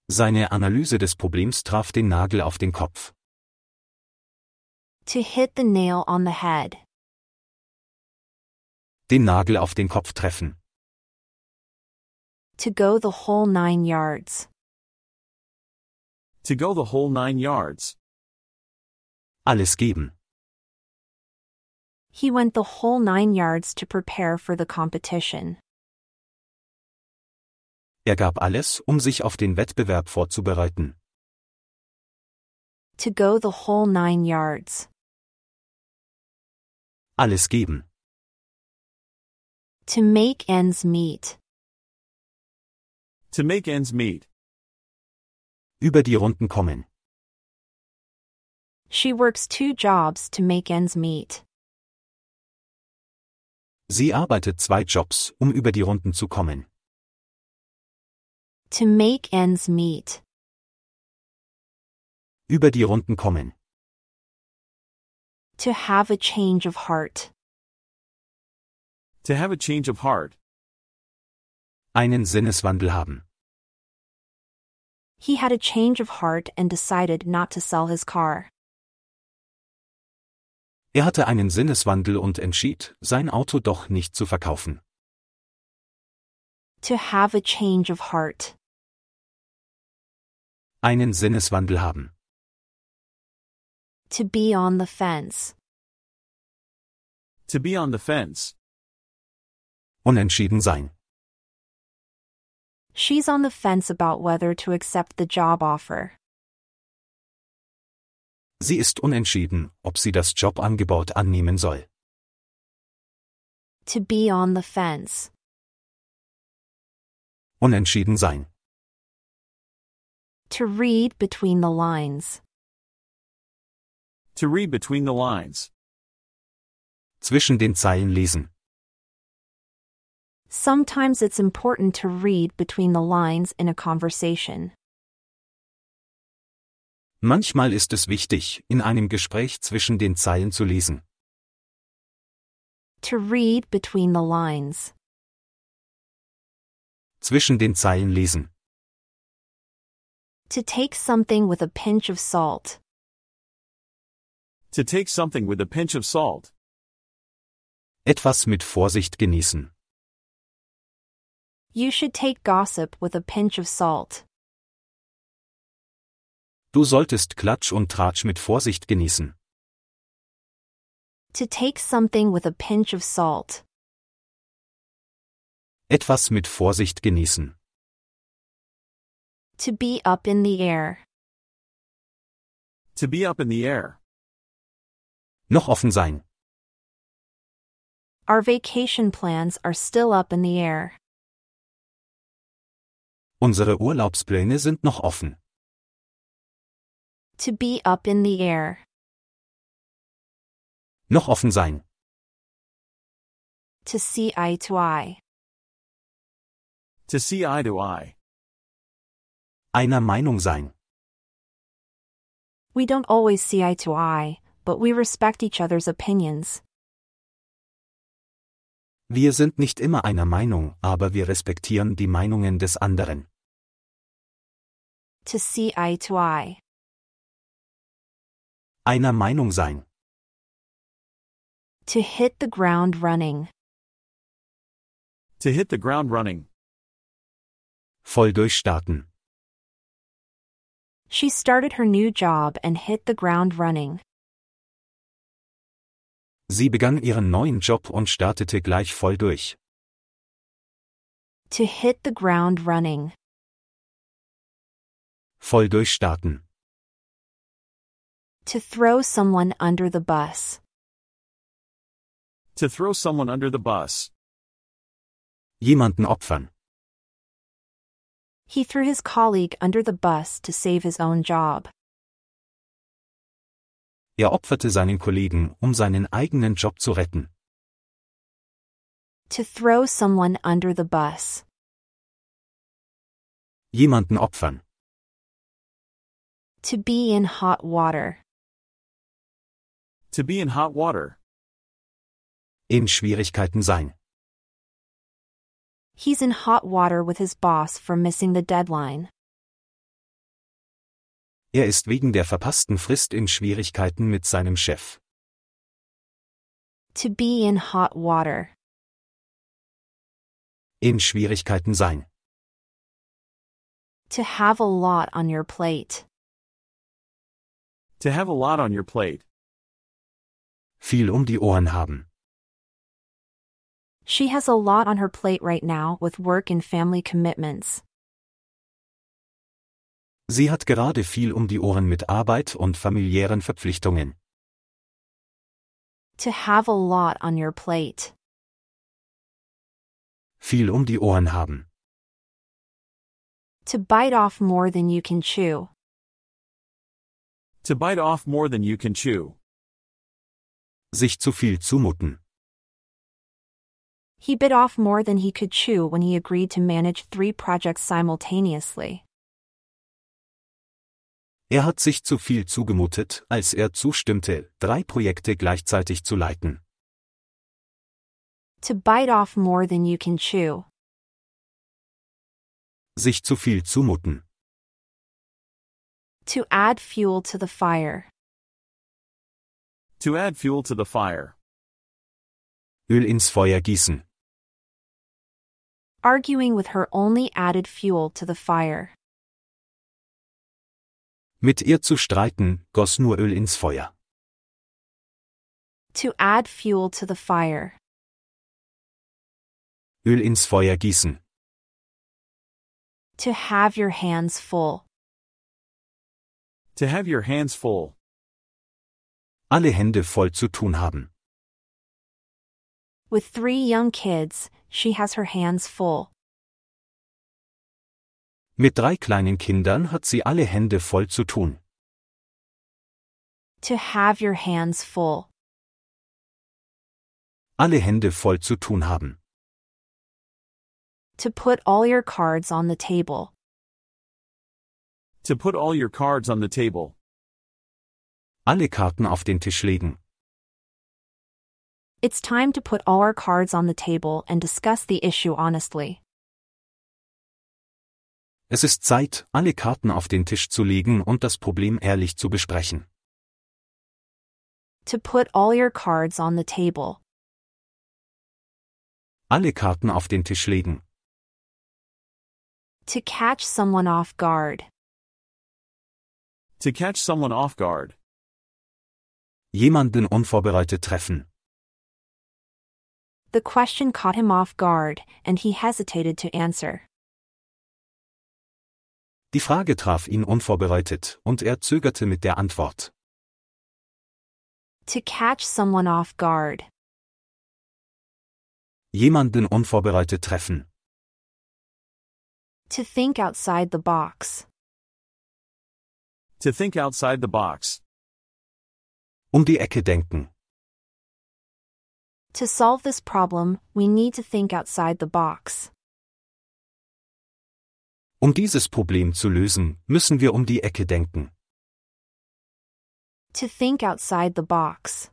D: Seine Analyse des Problems traf den Nagel auf den Kopf.
B: To hit the nail on the head.
D: Den Nagel auf den Kopf treffen.
B: To go the whole nine yards.
C: To go the whole nine yards.
D: Alles geben.
B: He went the whole nine yards to prepare for the competition.
D: Er gab alles, um sich auf den Wettbewerb vorzubereiten.
B: To go the whole nine yards.
D: Alles geben.
B: To make ends meet.
C: To make ends meet.
D: Über die Runden kommen.
B: She works two jobs to make ends meet.
D: Sie arbeitet zwei Jobs, um über die Runden zu kommen.
B: To make ends meet.
D: Über die Runden kommen.
B: To have a change of heart.
C: To have a change of heart.
D: Einen Sinneswandel haben.
B: He had a change of heart and decided not to sell his car.
D: Er hatte einen Sinneswandel und entschied, sein Auto doch nicht zu verkaufen.
B: To have a change of heart.
D: Einen Sinneswandel haben.
B: To be on the fence.
C: To be on the fence.
D: Unentschieden sein.
B: She's on the fence about whether to accept the job offer.
D: Sie ist unentschieden, ob sie das Jobangebot annehmen soll.
B: To be on the fence.
D: Unentschieden sein.
B: To read between the lines.
C: To read between the lines.
D: Zwischen den Zeilen lesen.
B: Sometimes it's important to read between the lines in a conversation.
D: Manchmal ist es wichtig, in einem Gespräch zwischen den Zeilen zu lesen.
B: To read between the lines.
D: Zwischen den Zeilen lesen.
B: To take something with a pinch of salt.
C: To take something with a pinch of salt.
D: Etwas mit Vorsicht genießen.
B: You should take gossip with a pinch of salt.
D: Du solltest Klatsch und Tratsch mit Vorsicht genießen.
B: To take something with a pinch of salt.
D: Etwas mit Vorsicht genießen.
B: To be up in the air.
C: To be up in the air.
D: Noch offen sein.
B: Our vacation plans are still up in the air.
D: Unsere Urlaubspläne sind noch offen.
B: To be up in the air.
D: Noch offen sein.
B: To see eye to eye.
C: To see eye to eye.
D: Einer Meinung sein.
B: We don't always see eye to eye, but we respect each other's opinions.
D: Wir sind nicht immer einer Meinung, aber wir respektieren die Meinungen des anderen.
B: To see eye to eye.
D: Einer Meinung sein.
B: To hit the ground running.
C: To hit the ground running.
D: Voll durchstarten.
B: She started her new job and hit the ground running.
D: Sie begann ihren neuen Job und startete gleich voll durch.
B: To hit the ground running.
D: Voll durchstarten.
B: To throw someone under the bus.
C: To throw someone under the bus.
D: Jemanden opfern.
B: He threw his colleague under the bus to save his own job.
D: Er opferte seinen Kollegen, um seinen eigenen Job zu retten.
B: To throw someone under the bus.
D: Jemanden opfern.
B: To be in hot water.
C: To be in hot water.
D: In Schwierigkeiten sein.
B: He's in hot water with his boss for missing the deadline.
D: Er ist wegen der verpassten Frist in Schwierigkeiten mit seinem Chef.
B: To be in hot water.
D: In Schwierigkeiten sein.
B: To have a lot on your plate.
C: To have a lot on your plate.
D: Viel um die Ohren haben.
B: She has a lot on her plate right now with work and family commitments.
D: Sie hat gerade viel um die Ohren mit Arbeit und familiären Verpflichtungen.
B: To have a lot on your plate.
D: Viel um die Ohren haben.
B: To bite off more than you can chew.
C: To bite off more than you can chew.
D: Sich zu viel zumuten.
B: He bit off more than he could chew when he agreed to manage three projects simultaneously.
D: Er hat sich zu viel zugemutet, als er zustimmte, drei Projekte gleichzeitig zu leiten.
B: To bite off more than you can chew.
D: Sich zu viel zumuten.
B: To add fuel to the fire.
C: To add fuel to the fire.
D: Öl ins Feuer gießen.
B: Arguing with her only added fuel to the fire.
D: Mit ihr zu streiten, goss nur Öl ins Feuer.
B: To add fuel to the fire.
D: Öl ins Feuer gießen.
B: To have your hands full.
C: To have your hands full.
D: Alle Hände voll zu tun haben.
B: With three young kids, she has her hands full.
D: Mit drei kleinen Kindern hat sie alle Hände voll zu tun.
B: To have your hands full.
D: Alle Hände voll zu tun haben.
B: To put all your cards on the table.
C: To put all your cards on the table.
D: Alle Karten auf den Tisch legen.
B: It's time to put all our cards on the table and discuss the issue honestly.
D: Es ist Zeit, alle Karten auf den Tisch zu legen und das Problem ehrlich zu besprechen.
B: To put all your cards on the table.
D: Alle Karten auf den Tisch legen.
B: To catch someone off guard.
C: To catch someone off guard.
D: Jemanden unvorbereitet treffen.
B: The question caught him off guard, and he hesitated to answer.
D: Die Frage traf ihn unvorbereitet und er zögerte mit der Antwort.
B: To catch someone off guard.
D: Jemanden unvorbereitet treffen.
B: To think outside the box.
C: To think outside the box.
D: Um die Ecke denken.
B: To solve this problem, we need to think outside the box.
D: Um dieses Problem zu lösen, müssen wir um die Ecke denken.
B: To think outside the box.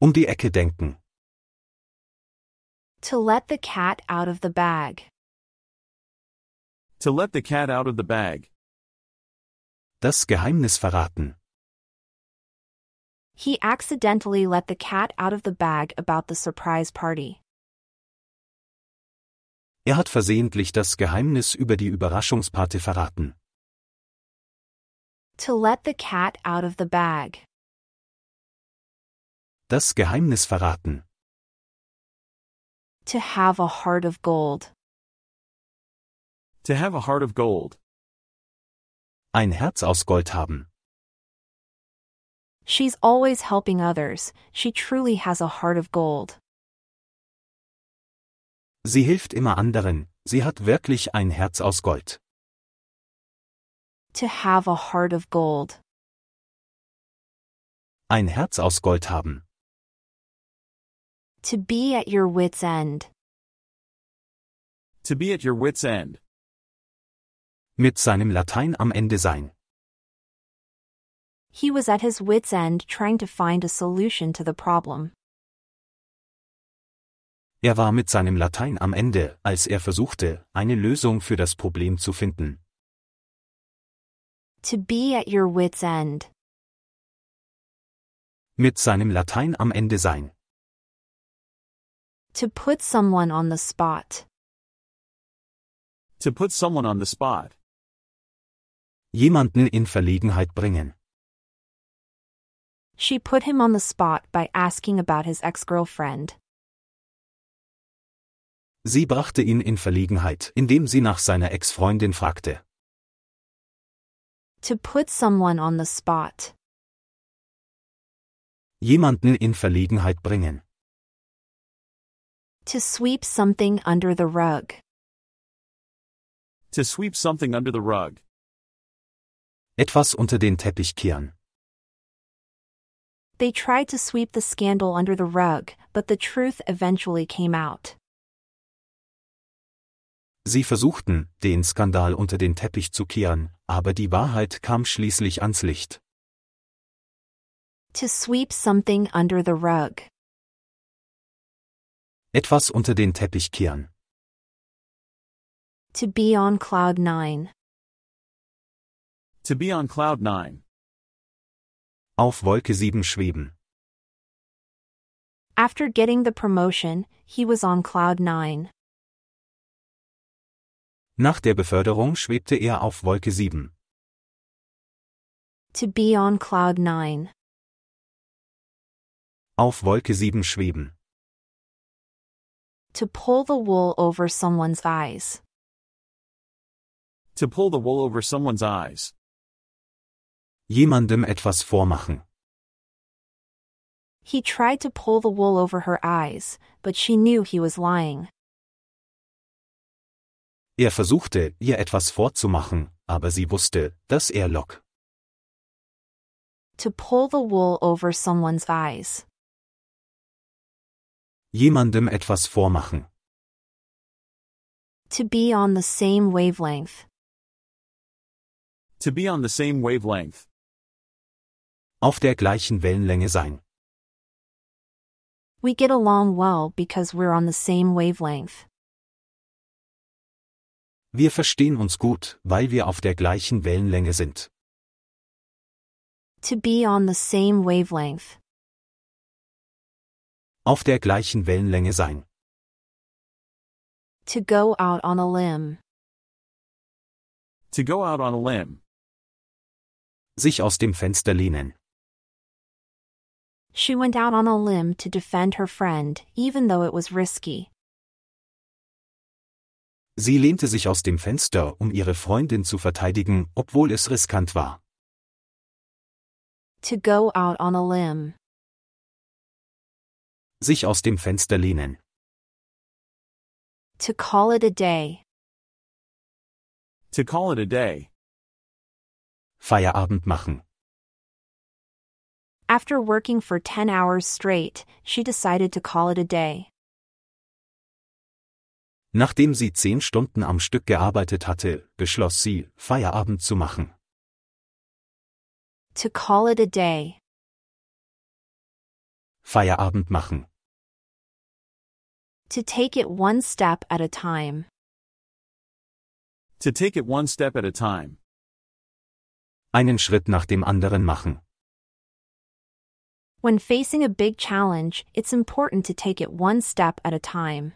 D: Um die Ecke denken.
B: To let the cat out of the bag.
C: To let the cat out of the bag.
D: Das Geheimnis verraten.
B: He accidentally let the cat out of the bag about the surprise party.
D: Er hat versehentlich das Geheimnis über die Überraschungsparty verraten.
B: To let the cat out of the bag.
D: Das Geheimnis verraten.
B: To have a heart of gold.
C: To have a heart of gold.
D: Ein Herz aus Gold haben.
B: She's always helping others, she truly has a heart of gold.
D: Sie hilft immer anderen, sie hat wirklich ein Herz aus Gold.
B: To have a heart of gold.
D: Ein Herz aus Gold haben.
B: To be at your wits' end.
C: To be at your wits' end.
D: Mit seinem Latein am Ende sein.
B: He was at his wits' end trying to find a solution to the problem.
D: Er war mit seinem Latein am Ende, als er versuchte, eine Lösung für das Problem zu finden.
B: To be at your wits' end.
D: Mit seinem Latein am Ende sein.
B: To put someone on the spot.
C: To put someone on the spot.
D: Jemanden in Verlegenheit bringen.
B: She put him on the spot by asking about his ex girlfriend.
D: Sie brachte ihn in Verlegenheit, indem sie nach seiner Ex-Freundin fragte.
B: To put someone on the spot.
D: Jemanden in Verlegenheit bringen.
B: To sweep something under the rug.
C: To sweep something under the rug.
D: Etwas unter den Teppich kehren.
B: They tried to sweep the scandal under the rug, but the truth eventually came out.
D: Sie versuchten, den Skandal unter den Teppich zu kehren, aber die Wahrheit kam schließlich ans Licht.
B: To sweep something under the rug.
D: Etwas unter den Teppich kehren.
B: To be on cloud nine.
C: To be on cloud nine.
D: Auf Wolke 7 schweben.
B: After getting the promotion, he was on cloud nine.
D: Nach der Beförderung schwebte er auf Wolke 7.
B: To be on cloud nine.
D: Auf Wolke 7 schweben.
B: To pull the wool over someone's eyes.
C: To pull the wool over someone's eyes.
D: Jemandem etwas vormachen.
B: He tried to pull the wool over her eyes, but she knew he was lying.
D: Er versuchte, ihr etwas vorzumachen, aber sie wusste, dass er log.
B: To pull the wool over someone's eyes.
D: Jemandem etwas vormachen.
B: To be on the same wavelength.
C: To be on the same wavelength.
D: Auf der gleichen Wellenlänge sein.
B: We get along well because we're on the same wavelength.
D: Wir verstehen uns gut, weil wir auf der gleichen Wellenlänge sind.
B: To be on the same wavelength.
D: Auf der gleichen Wellenlänge sein.
B: To go out on a limb.
C: To go out on a limb.
D: Sich aus dem Fenster lehnen.
B: She went out on a limb to defend her friend, even though it was risky.
D: Sie lehnte sich aus dem Fenster, um ihre Freundin zu verteidigen, obwohl es riskant war.
B: To go out on a limb.
D: Sich aus dem Fenster lehnen.
B: To call it a day.
C: To call it a day.
D: Feierabend machen.
B: After working for 10 hours straight, she decided to call it a day.
D: Nachdem sie zehn Stunden am Stück gearbeitet hatte, beschloss sie, Feierabend zu machen.
B: To call it a day.
D: Feierabend machen.
B: To take it one step at a time.
C: To take it one step at a time.
D: Einen Schritt nach dem anderen machen.
B: When facing a big challenge, it's important to take it one step at a time.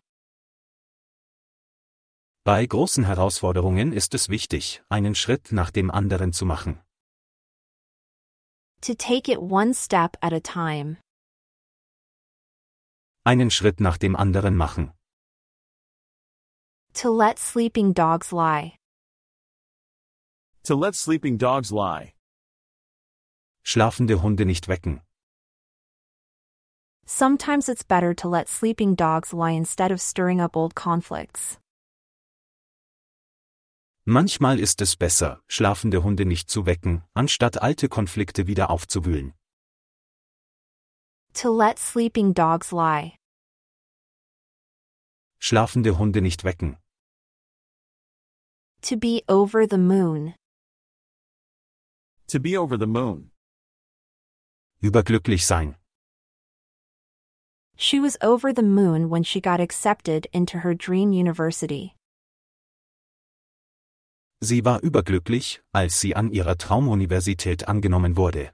D: Bei großen Herausforderungen ist es wichtig, einen Schritt nach dem anderen zu machen.
B: To take it one step at a time.
D: Einen Schritt nach dem anderen machen.
B: To let sleeping dogs lie.
C: To let sleeping dogs lie.
D: Schlafende Hunde nicht wecken.
B: Sometimes it's better to let sleeping dogs lie instead of stirring up old conflicts.
D: Manchmal ist es besser, schlafende Hunde nicht zu wecken, anstatt alte Konflikte wieder aufzuwühlen.
B: To let sleeping dogs lie.
D: Schlafende Hunde nicht wecken.
B: To be over the moon.
C: To be over the moon.
D: Überglücklich sein.
B: She was over the moon when she got accepted into her dream university.
D: Sie war überglücklich, als sie an ihrer Traumuniversität angenommen wurde.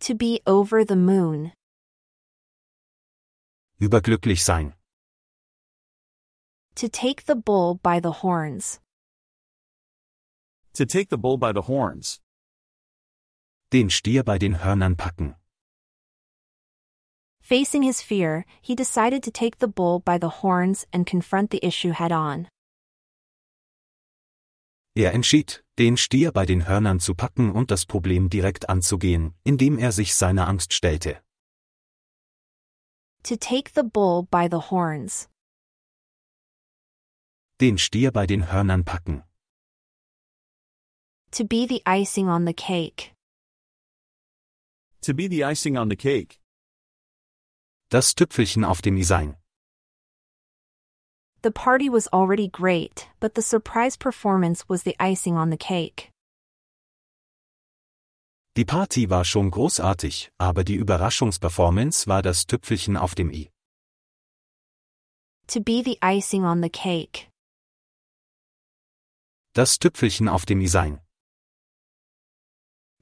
B: To be over the moon.
D: Überglücklich sein.
B: To take the bull by the horns.
C: To take the bull by the horns.
D: Den Stier bei den Hörnern packen.
B: Facing his fear, he decided to take the bull by the horns and confront the issue head on.
D: Er entschied, den Stier bei den Hörnern zu packen und das Problem direkt anzugehen, indem er sich seiner Angst stellte.
B: To take the bull by the horns.
D: Den Stier bei den Hörnern packen.
B: To be the icing on the cake.
C: To be the icing on the cake.
D: Das Tüpfelchen auf dem i sein.
B: The party was already great, but the surprise performance was the icing on the cake.
D: Die Party war schon großartig, aber die Überraschungsperformance war das Tüpfelchen auf dem i.
B: To be the icing on the cake.
D: Das Tüpfelchen auf dem i sein.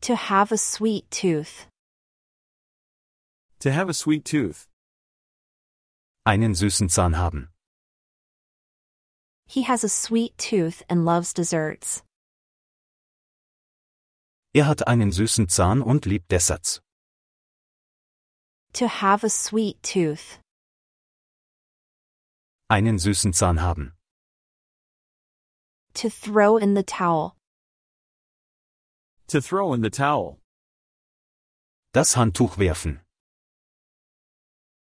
B: To have a sweet tooth.
C: To have a sweet tooth.
D: Einen süßen Zahn haben.
B: He has a sweet tooth and loves desserts.
D: Er hat einen süßen Zahn und liebt Desserts.
B: To have a sweet tooth.
D: Einen süßen Zahn haben.
B: To throw in the towel.
C: To throw in the towel.
D: Das Handtuch werfen.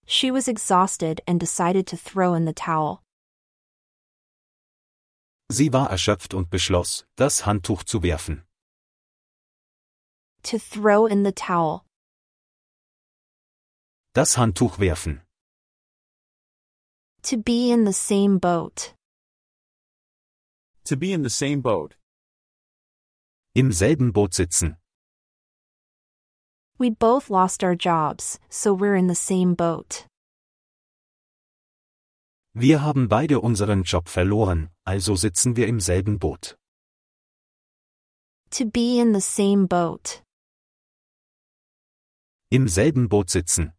B: She was exhausted and decided to throw in the towel.
D: Sie war erschöpft und beschloss, das Handtuch zu werfen.
B: To throw in the towel.
D: Das Handtuch werfen.
B: To be in the same boat.
C: To be in the same boat.
D: Im selben Boot sitzen.
B: We both lost our jobs, so we're in the same boat.
D: Wir haben beide unseren Job verloren, also sitzen wir im selben Boot.
B: To be in the same boat.
D: Im selben Boot sitzen.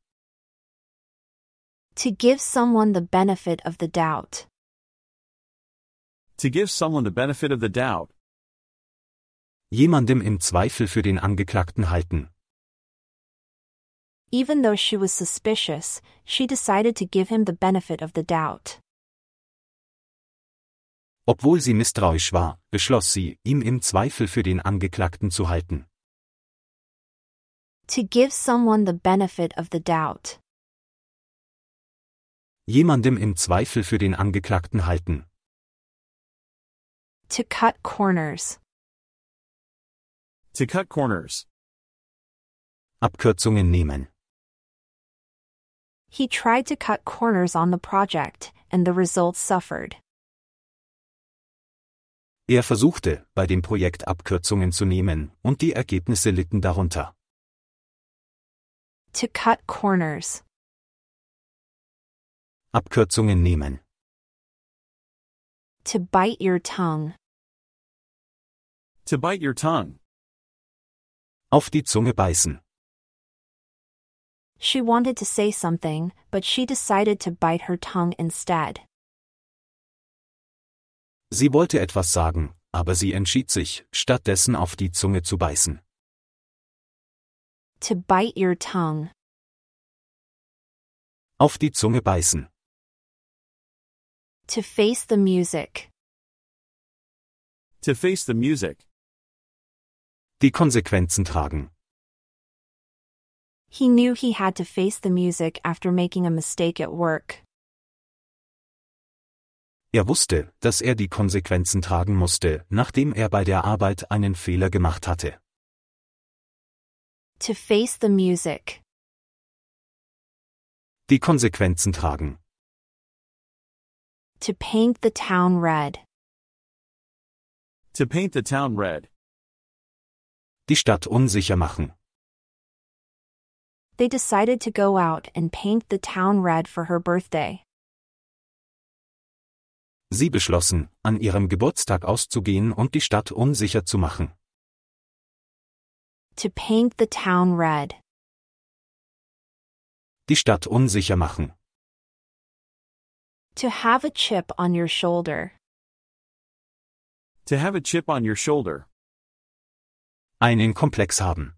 B: To give someone the benefit of the doubt.
C: To give someone the benefit of the doubt.
D: Jemandem im Zweifel für den Angeklagten halten.
B: Even though she was suspicious, she decided to give him the benefit of the doubt.
D: Obwohl sie misstrauisch war, beschloss sie, ihm im Zweifel für den Angeklagten zu halten.
B: To give someone the benefit of the doubt.
D: Jemandem im Zweifel für den Angeklagten halten.
B: To cut corners.
C: To cut corners.
D: Abkürzungen nehmen.
B: He tried to cut corners on the project, and the results suffered.
D: Er versuchte, bei dem Projekt Abkürzungen zu nehmen, und die Ergebnisse litten darunter.
B: To cut corners.
D: Abkürzungen nehmen.
B: To bite your tongue.
C: To bite your tongue.
D: Auf die Zunge beißen.
B: She wanted to say something, but she decided to bite her tongue instead.
D: Sie wollte etwas sagen, aber sie entschied sich, stattdessen auf die Zunge zu beißen.
B: To bite your tongue.
D: Auf die Zunge beißen.
B: To face the music.
C: To face the music.
D: Die Konsequenzen tragen.
B: He knew he had to face the music after making a mistake at work.
D: Er wusste, dass er die Konsequenzen tragen musste, nachdem er bei der Arbeit einen Fehler gemacht hatte.
B: To face the music.
D: Die Konsequenzen tragen.
B: To paint the town red.
C: To paint the town red.
D: Die Stadt unsicher machen.
B: They decided to go out and paint the town red for her birthday.
D: Sie beschlossen, an ihrem Geburtstag auszugehen und die Stadt unsicher zu machen.
B: To paint the town red.
D: Die Stadt unsicher machen.
B: To have a chip on your shoulder.
C: To have a chip on your shoulder.
D: Einen Komplex haben.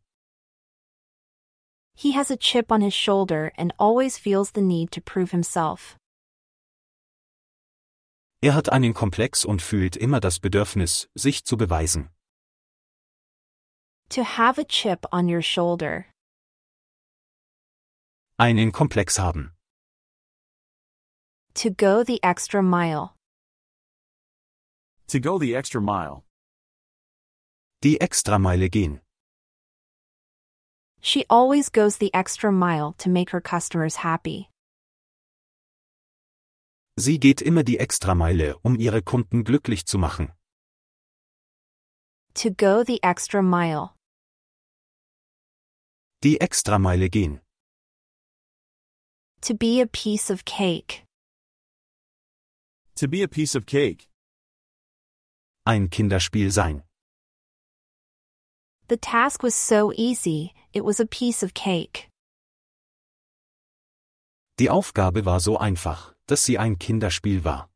B: He has a chip on his shoulder and always feels the need to prove himself.
D: Er hat einen Komplex und fühlt immer das Bedürfnis, sich zu beweisen.
B: To have a chip on your shoulder.
D: Einen Komplex haben.
B: To go the extra mile.
C: To go the extra mile.
D: Die Extrameile gehen.
B: She always goes the extra mile to make her customers happy.
D: Sie geht immer die Extrameile, um ihre Kunden glücklich zu machen.
B: To go the extra mile.
D: Die Extrameile gehen.
B: To be a piece of cake.
C: To be a piece of cake.
D: Ein Kinderspiel sein.
B: The task was so easy, it was a piece of cake.
D: Die Aufgabe war so einfach, dass sie ein Kinderspiel war.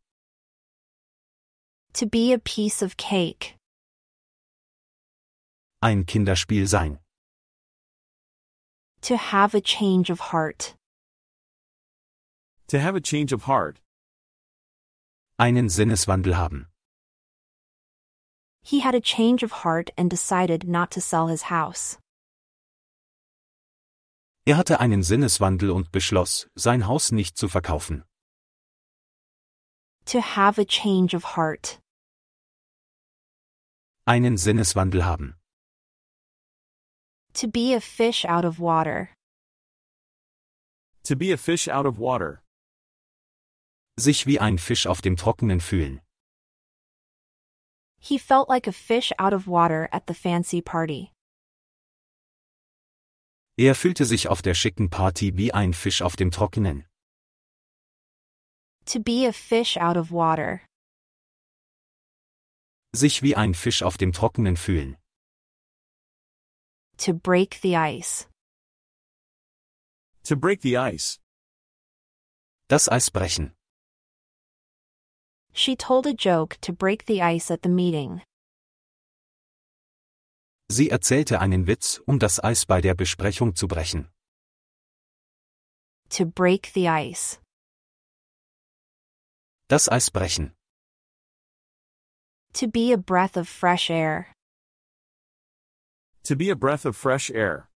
B: To be a piece of cake.
D: Ein Kinderspiel sein.
B: To have a change of heart.
C: To have a change of heart.
D: Einen Sinneswandel haben.
B: He had a change of heart and decided not to sell his house.
D: Er hatte einen Sinneswandel und beschloss, sein Haus nicht zu verkaufen.
B: To have a change of heart.
D: Einen Sinneswandel haben.
B: To be a fish out of water.
C: To be a fish out of water.
D: Sich wie ein Fisch auf dem Trockenen fühlen.
B: He felt like a fish out of water at the fancy party.
D: Er fühlte sich auf der schicken Party wie ein Fisch auf dem Trockenen.
B: To be a fish out of water.
D: Sich wie ein Fisch auf dem Trockenen fühlen.
B: To break the ice.
C: To break the ice.
D: Das Eis brechen.
B: She told a joke to break the ice at the meeting.
D: Sie erzählte einen Witz, um das Eis bei der Besprechung zu brechen.
B: To break the ice.
D: Das Eis brechen.
B: To be a breath of fresh air.
C: To be a breath of fresh air.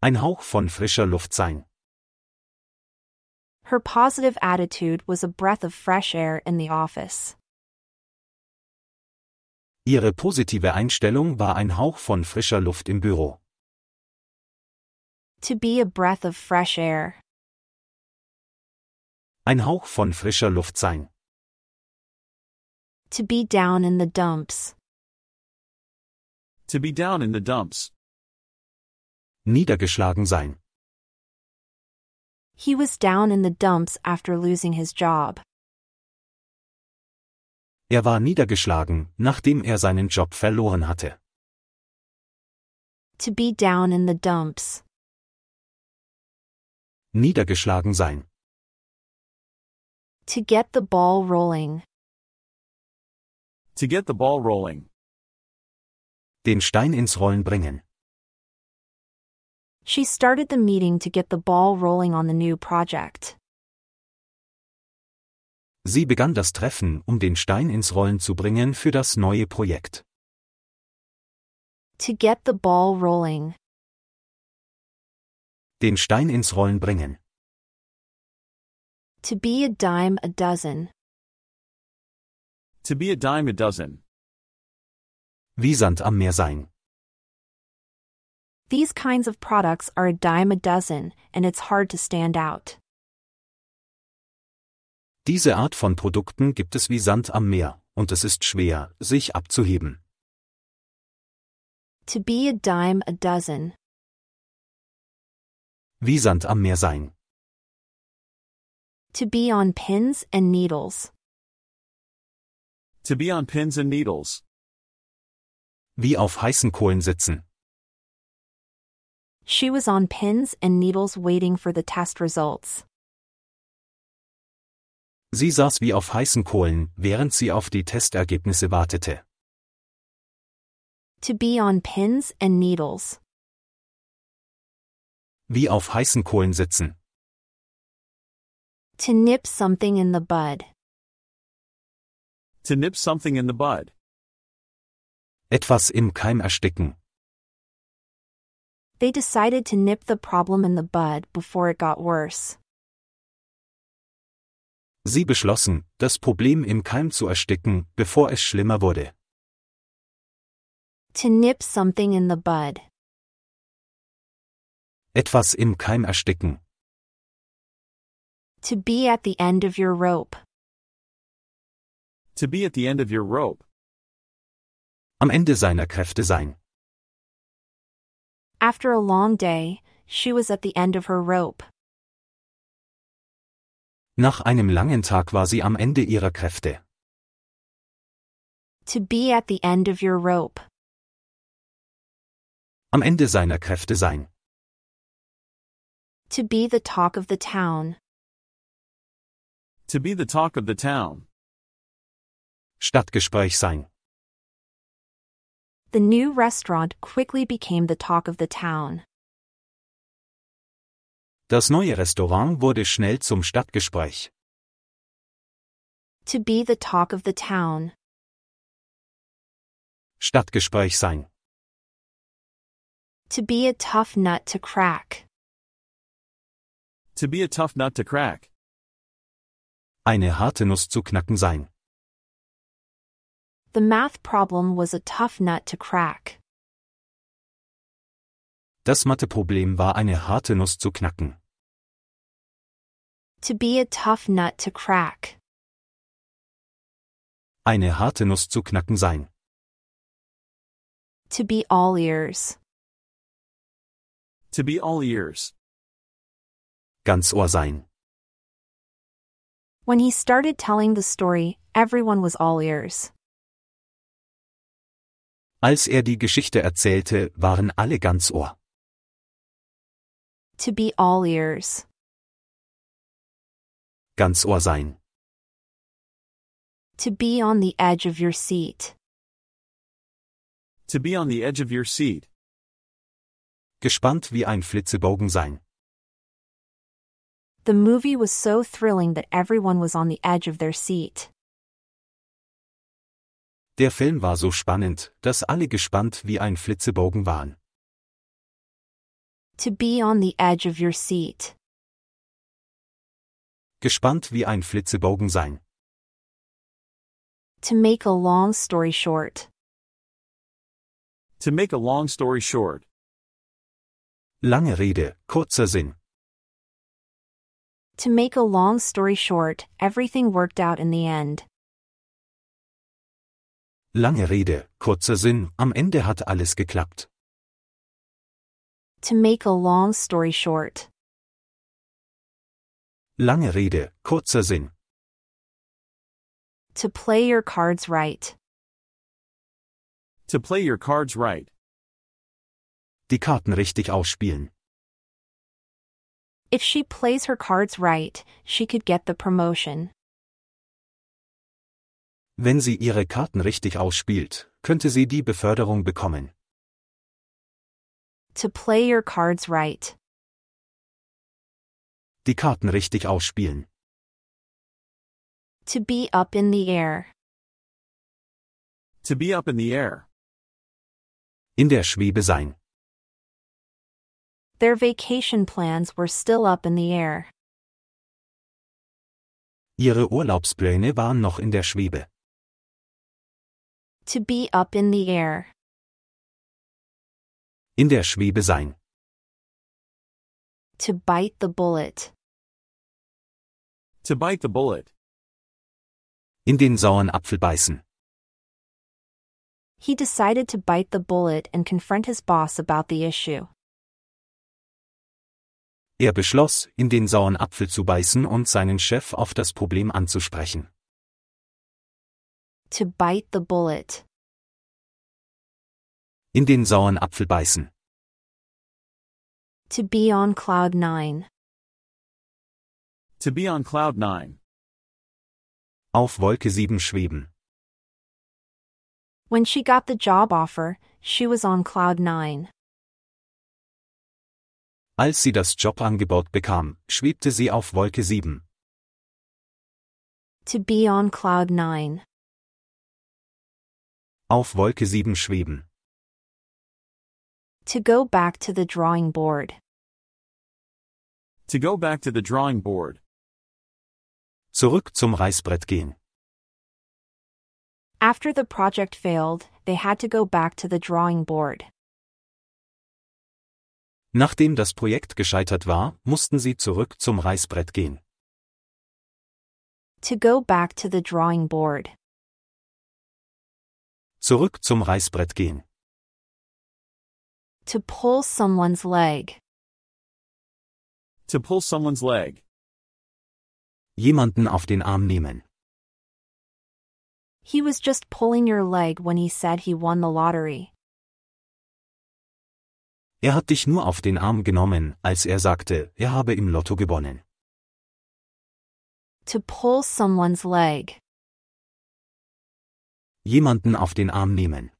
D: Ein Hauch von frischer Luft sein.
B: Her positive attitude was a breath of fresh air in the office.
D: Ihre positive Einstellung war ein Hauch von frischer Luft im Büro.
B: To be a breath of fresh air.
D: Ein Hauch von frischer Luft sein.
B: To be down in the dumps.
C: To be down in the dumps.
D: Niedergeschlagen sein.
B: He was down in the dumps after losing his job.
D: Er war niedergeschlagen, nachdem er seinen Job verloren hatte.
B: To be down in the dumps.
D: Niedergeschlagen sein.
B: To get the ball rolling.
C: To get the ball rolling.
D: Den Stein ins Rollen bringen.
B: She started the meeting to get the ball rolling on the new project.
D: Sie begann das Treffen, um den Stein ins Rollen zu bringen für das neue Projekt.
B: To get the ball rolling.
D: Den Stein ins Rollen bringen.
B: To be a dime a dozen.
C: To be a dime a dozen.
D: Wie Sand am Meer sein.
B: These kinds of products are a dime a dozen, and it's hard to stand out.
D: Diese Art von Produkten gibt es wie Sand am Meer, und es ist schwer, sich abzuheben.
B: To be a dime a dozen.
D: Wie Sand am Meer sein.
B: To be on pins and needles.
C: To be on pins and needles.
D: Wie auf heißen Kohlen sitzen.
B: She was on pins and needles waiting for the test results.
D: Sie saß wie auf heißen Kohlen, während sie auf die Testergebnisse wartete.
B: To be on pins and needles.
D: Wie auf heißen Kohlen sitzen.
B: To nip something in the bud.
C: To nip something in the bud.
D: Etwas im Keim ersticken.
B: They decided to nip the problem in the bud before it got worse.
D: Sie beschlossen, das Problem im Keim zu ersticken, bevor es schlimmer wurde.
B: To nip something in the bud.
D: Etwas im Keim ersticken.
B: To be at the end of your rope.
C: To be at the end of your rope.
D: Am Ende seiner Kräfte sein.
B: After a long day, she was at the end of her rope.
D: Nach einem langen Tag war sie am Ende ihrer Kräfte.
B: To be at the end of your rope.
D: Am Ende seiner Kräfte sein.
B: To be the talk of the town.
C: To be the talk of the town.
D: Stadtgespräch sein.
B: The new restaurant quickly became the talk of the town.
D: Das neue Restaurant wurde schnell zum Stadtgespräch.
B: To be the talk of the town.
D: Stadtgespräch sein.
B: To be a tough nut to crack.
C: To be a tough nut to crack.
D: Eine harte Nuss zu knacken sein.
B: The math problem was a tough nut to crack.
D: Das Matheproblem war eine harte Nuss zu knacken.
B: To be a tough nut to crack.
D: Eine harte Nuss zu knacken sein.
B: To be all ears.
C: To be all ears.
D: Ganz Ohr sein.
B: When he started telling the story, everyone was all ears.
D: Als er die Geschichte erzählte, waren alle ganz Ohr.
B: To be all ears.
D: Ganz Ohr sein.
B: To be on the edge of your seat.
C: To be on the edge of your seat.
D: Gespannt wie ein Flitzebogen sein.
B: The movie was so thrilling that everyone was on the edge of their seat.
D: Der Film war so spannend, dass alle gespannt wie ein Flitzebogen waren.
B: To be on the edge of your seat.
D: Gespannt wie ein Flitzebogen sein.
B: To make a long story short.
C: To make a long story short.
D: Lange Rede, kurzer Sinn.
B: To make a long story short, everything worked out in the end.
D: Lange Rede, kurzer Sinn, am Ende hat alles geklappt.
B: To make a long story short,
D: Lange Rede, kurzer Sinn.
B: to play your cards right.
C: To play your cards right.
D: Die Karten richtig ausspielen.
B: If she plays her cards right, she could get the promotion.
D: Wenn sie ihre Karten richtig ausspielt, könnte sie die Beförderung bekommen.
B: To play your cards right.
D: Die Karten richtig ausspielen.
B: To be up in the air.
C: To be up in the air.
D: In der Schwebe sein.
B: Their vacation plans were still up in the air.
D: Ihre Urlaubspläne waren noch in der Schwebe.
B: To be up in the air.
D: In der Schwebe sein.
B: To bite the bullet.
C: To bite the bullet.
D: In den sauren Apfel beißen.
B: He decided to bite the bullet and confront his boss about the issue.
D: Er beschloss, in den sauren Apfel zu beißen und seinen Chef auf das Problem anzusprechen.
B: To bite the bullet.
D: In den sauren Apfel beißen.
B: To be on cloud nine.
C: To be on cloud nine.
D: Auf Wolke 7 schweben.
B: When she got the job offer, she was on cloud nine.
D: Als sie das Jobangebot bekam, schwebte sie auf Wolke 7.
B: To be on cloud nine.
D: Auf Wolke 7 schweben.
B: To go back to the drawing board.
C: To go back to the drawing board.
D: Zurück zum Reißbrett gehen.
B: After the project failed, they had to go back to the drawing board.
D: Nachdem das Projekt gescheitert war, mussten sie zurück zum Reißbrett gehen.
B: To go back to the drawing board.
D: Zurück zum Reißbrett gehen.
B: To pull someone's leg.
C: To pull someone's leg.
D: Jemanden auf den Arm nehmen.
B: He was just pulling your leg when he said he won the lottery.
D: Er hat dich nur auf den Arm genommen, als er sagte, er habe im Lotto gewonnen.
B: To pull someone's leg.
D: Jemanden auf den Arm nehmen.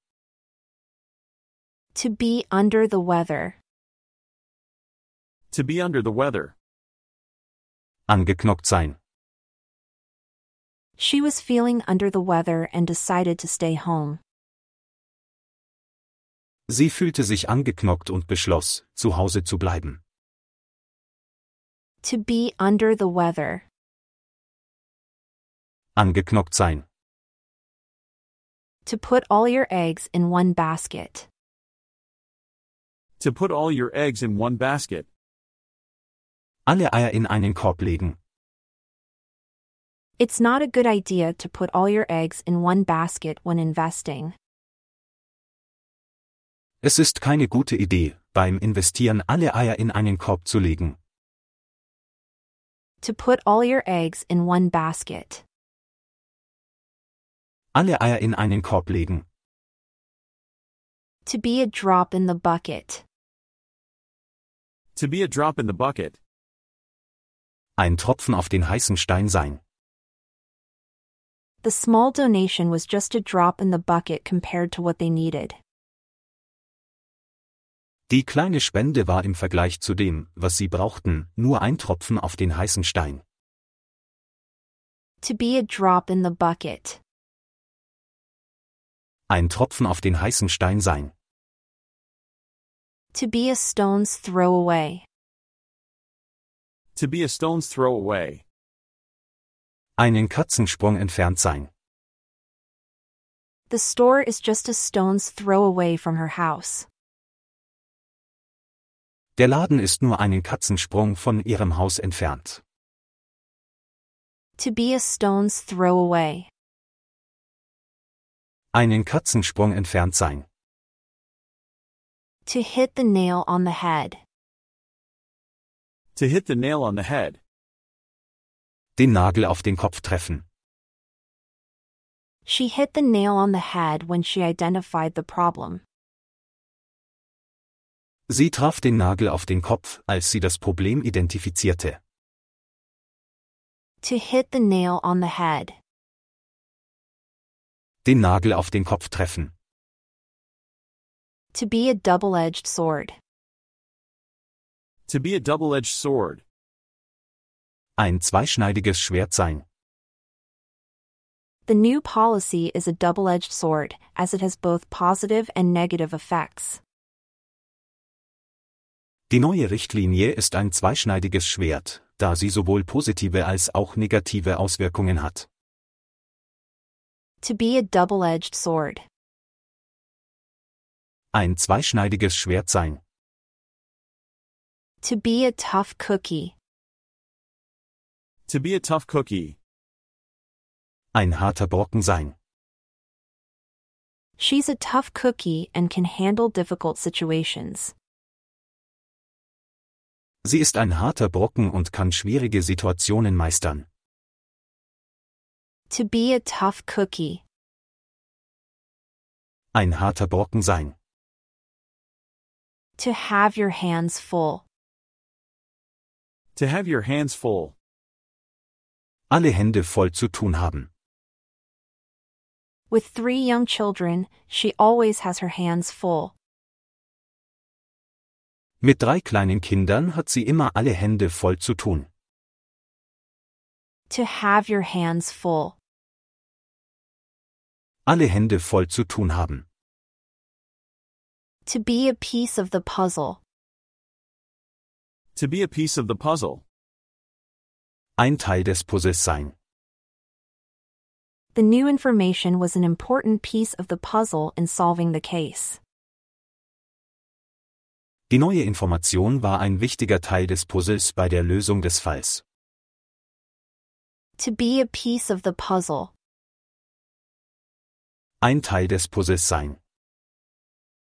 B: To be under the weather.
C: To be under the weather.
D: Angeknockt sein.
B: She was feeling under the weather and decided to stay home.
D: Sie fühlte sich angeknockt und beschloss, zu Hause zu bleiben.
B: To be under the weather.
D: Angeknockt sein.
B: To put all your eggs in one basket.
C: To put all your eggs in one basket.
D: Alle Eier in einen Korb legen.
B: It's not a good idea to put all your eggs in one basket when investing.
D: Es ist keine gute Idee, beim Investieren alle Eier in einen Korb zu legen.
B: To put all your eggs in one basket.
D: Alle Eier in einen Korb legen.
B: To be a drop in the bucket.
C: To be a drop in the bucket.
D: Ein Tropfen auf den heißen Stein sein.
B: The small donation was just a drop in the bucket compared to what they needed.
D: Die kleine Spende war im Vergleich zu dem, was sie brauchten, nur ein Tropfen auf den heißen Stein.
B: To be a drop in the bucket.
D: Ein Tropfen auf den heißen Stein sein.
B: To be a stone's throw away.
C: To be a stone's throw away.
D: Einen Katzensprung entfernt sein.
B: The store is just a stone's throw away from her house.
D: Der Laden ist nur einen Katzensprung von ihrem Haus entfernt.
B: To be a stone's throw away.
D: Einen Katzensprung entfernt sein.
B: To hit the nail on the head.
C: To hit the nail on the head.
D: Den Nagel auf den Kopf treffen.
B: She hit the nail on the head when she identified the problem.
D: Sie traf den Nagel auf den Kopf, als sie das Problem identifizierte.
B: To hit the nail on the head.
D: Den Nagel auf den Kopf treffen.
B: To be a double edged sword.
C: To be a double edged sword.
D: Ein zweischneidiges Schwert sein.
B: The new policy is a double edged sword, as it has both positive and negative effects.
D: Die neue Richtlinie ist ein zweischneidiges Schwert, da sie sowohl positive als auch negative Auswirkungen hat.
B: To be a double edged sword.
D: Ein zweischneidiges Schwert sein.
B: To be a tough cookie.
C: To be a tough cookie.
D: Ein harter Brocken sein.
B: She's a tough cookie and can handle difficult situations.
D: Sie ist ein harter Brocken und kann schwierige Situationen meistern.
B: To be a tough cookie.
D: Ein harter Brocken sein.
B: To have your hands full.
C: To have your hands full.
D: Alle Hände voll zu tun haben.
B: With three young children, she always has her hands full.
D: Mit drei kleinen Kindern hat sie immer alle Hände voll zu tun.
B: To have your hands full.
D: Alle Hände voll zu tun haben.
B: To be a piece of the puzzle.
C: To be a piece of the puzzle.
D: Ein Teil des Puzzles sein.
B: The new information was an important piece of the puzzle in solving the case.
D: Die neue Information war ein wichtiger Teil des Puzzles bei der Lösung des Falls.
B: To be a piece of the puzzle.
D: Ein Teil des Puzzles sein.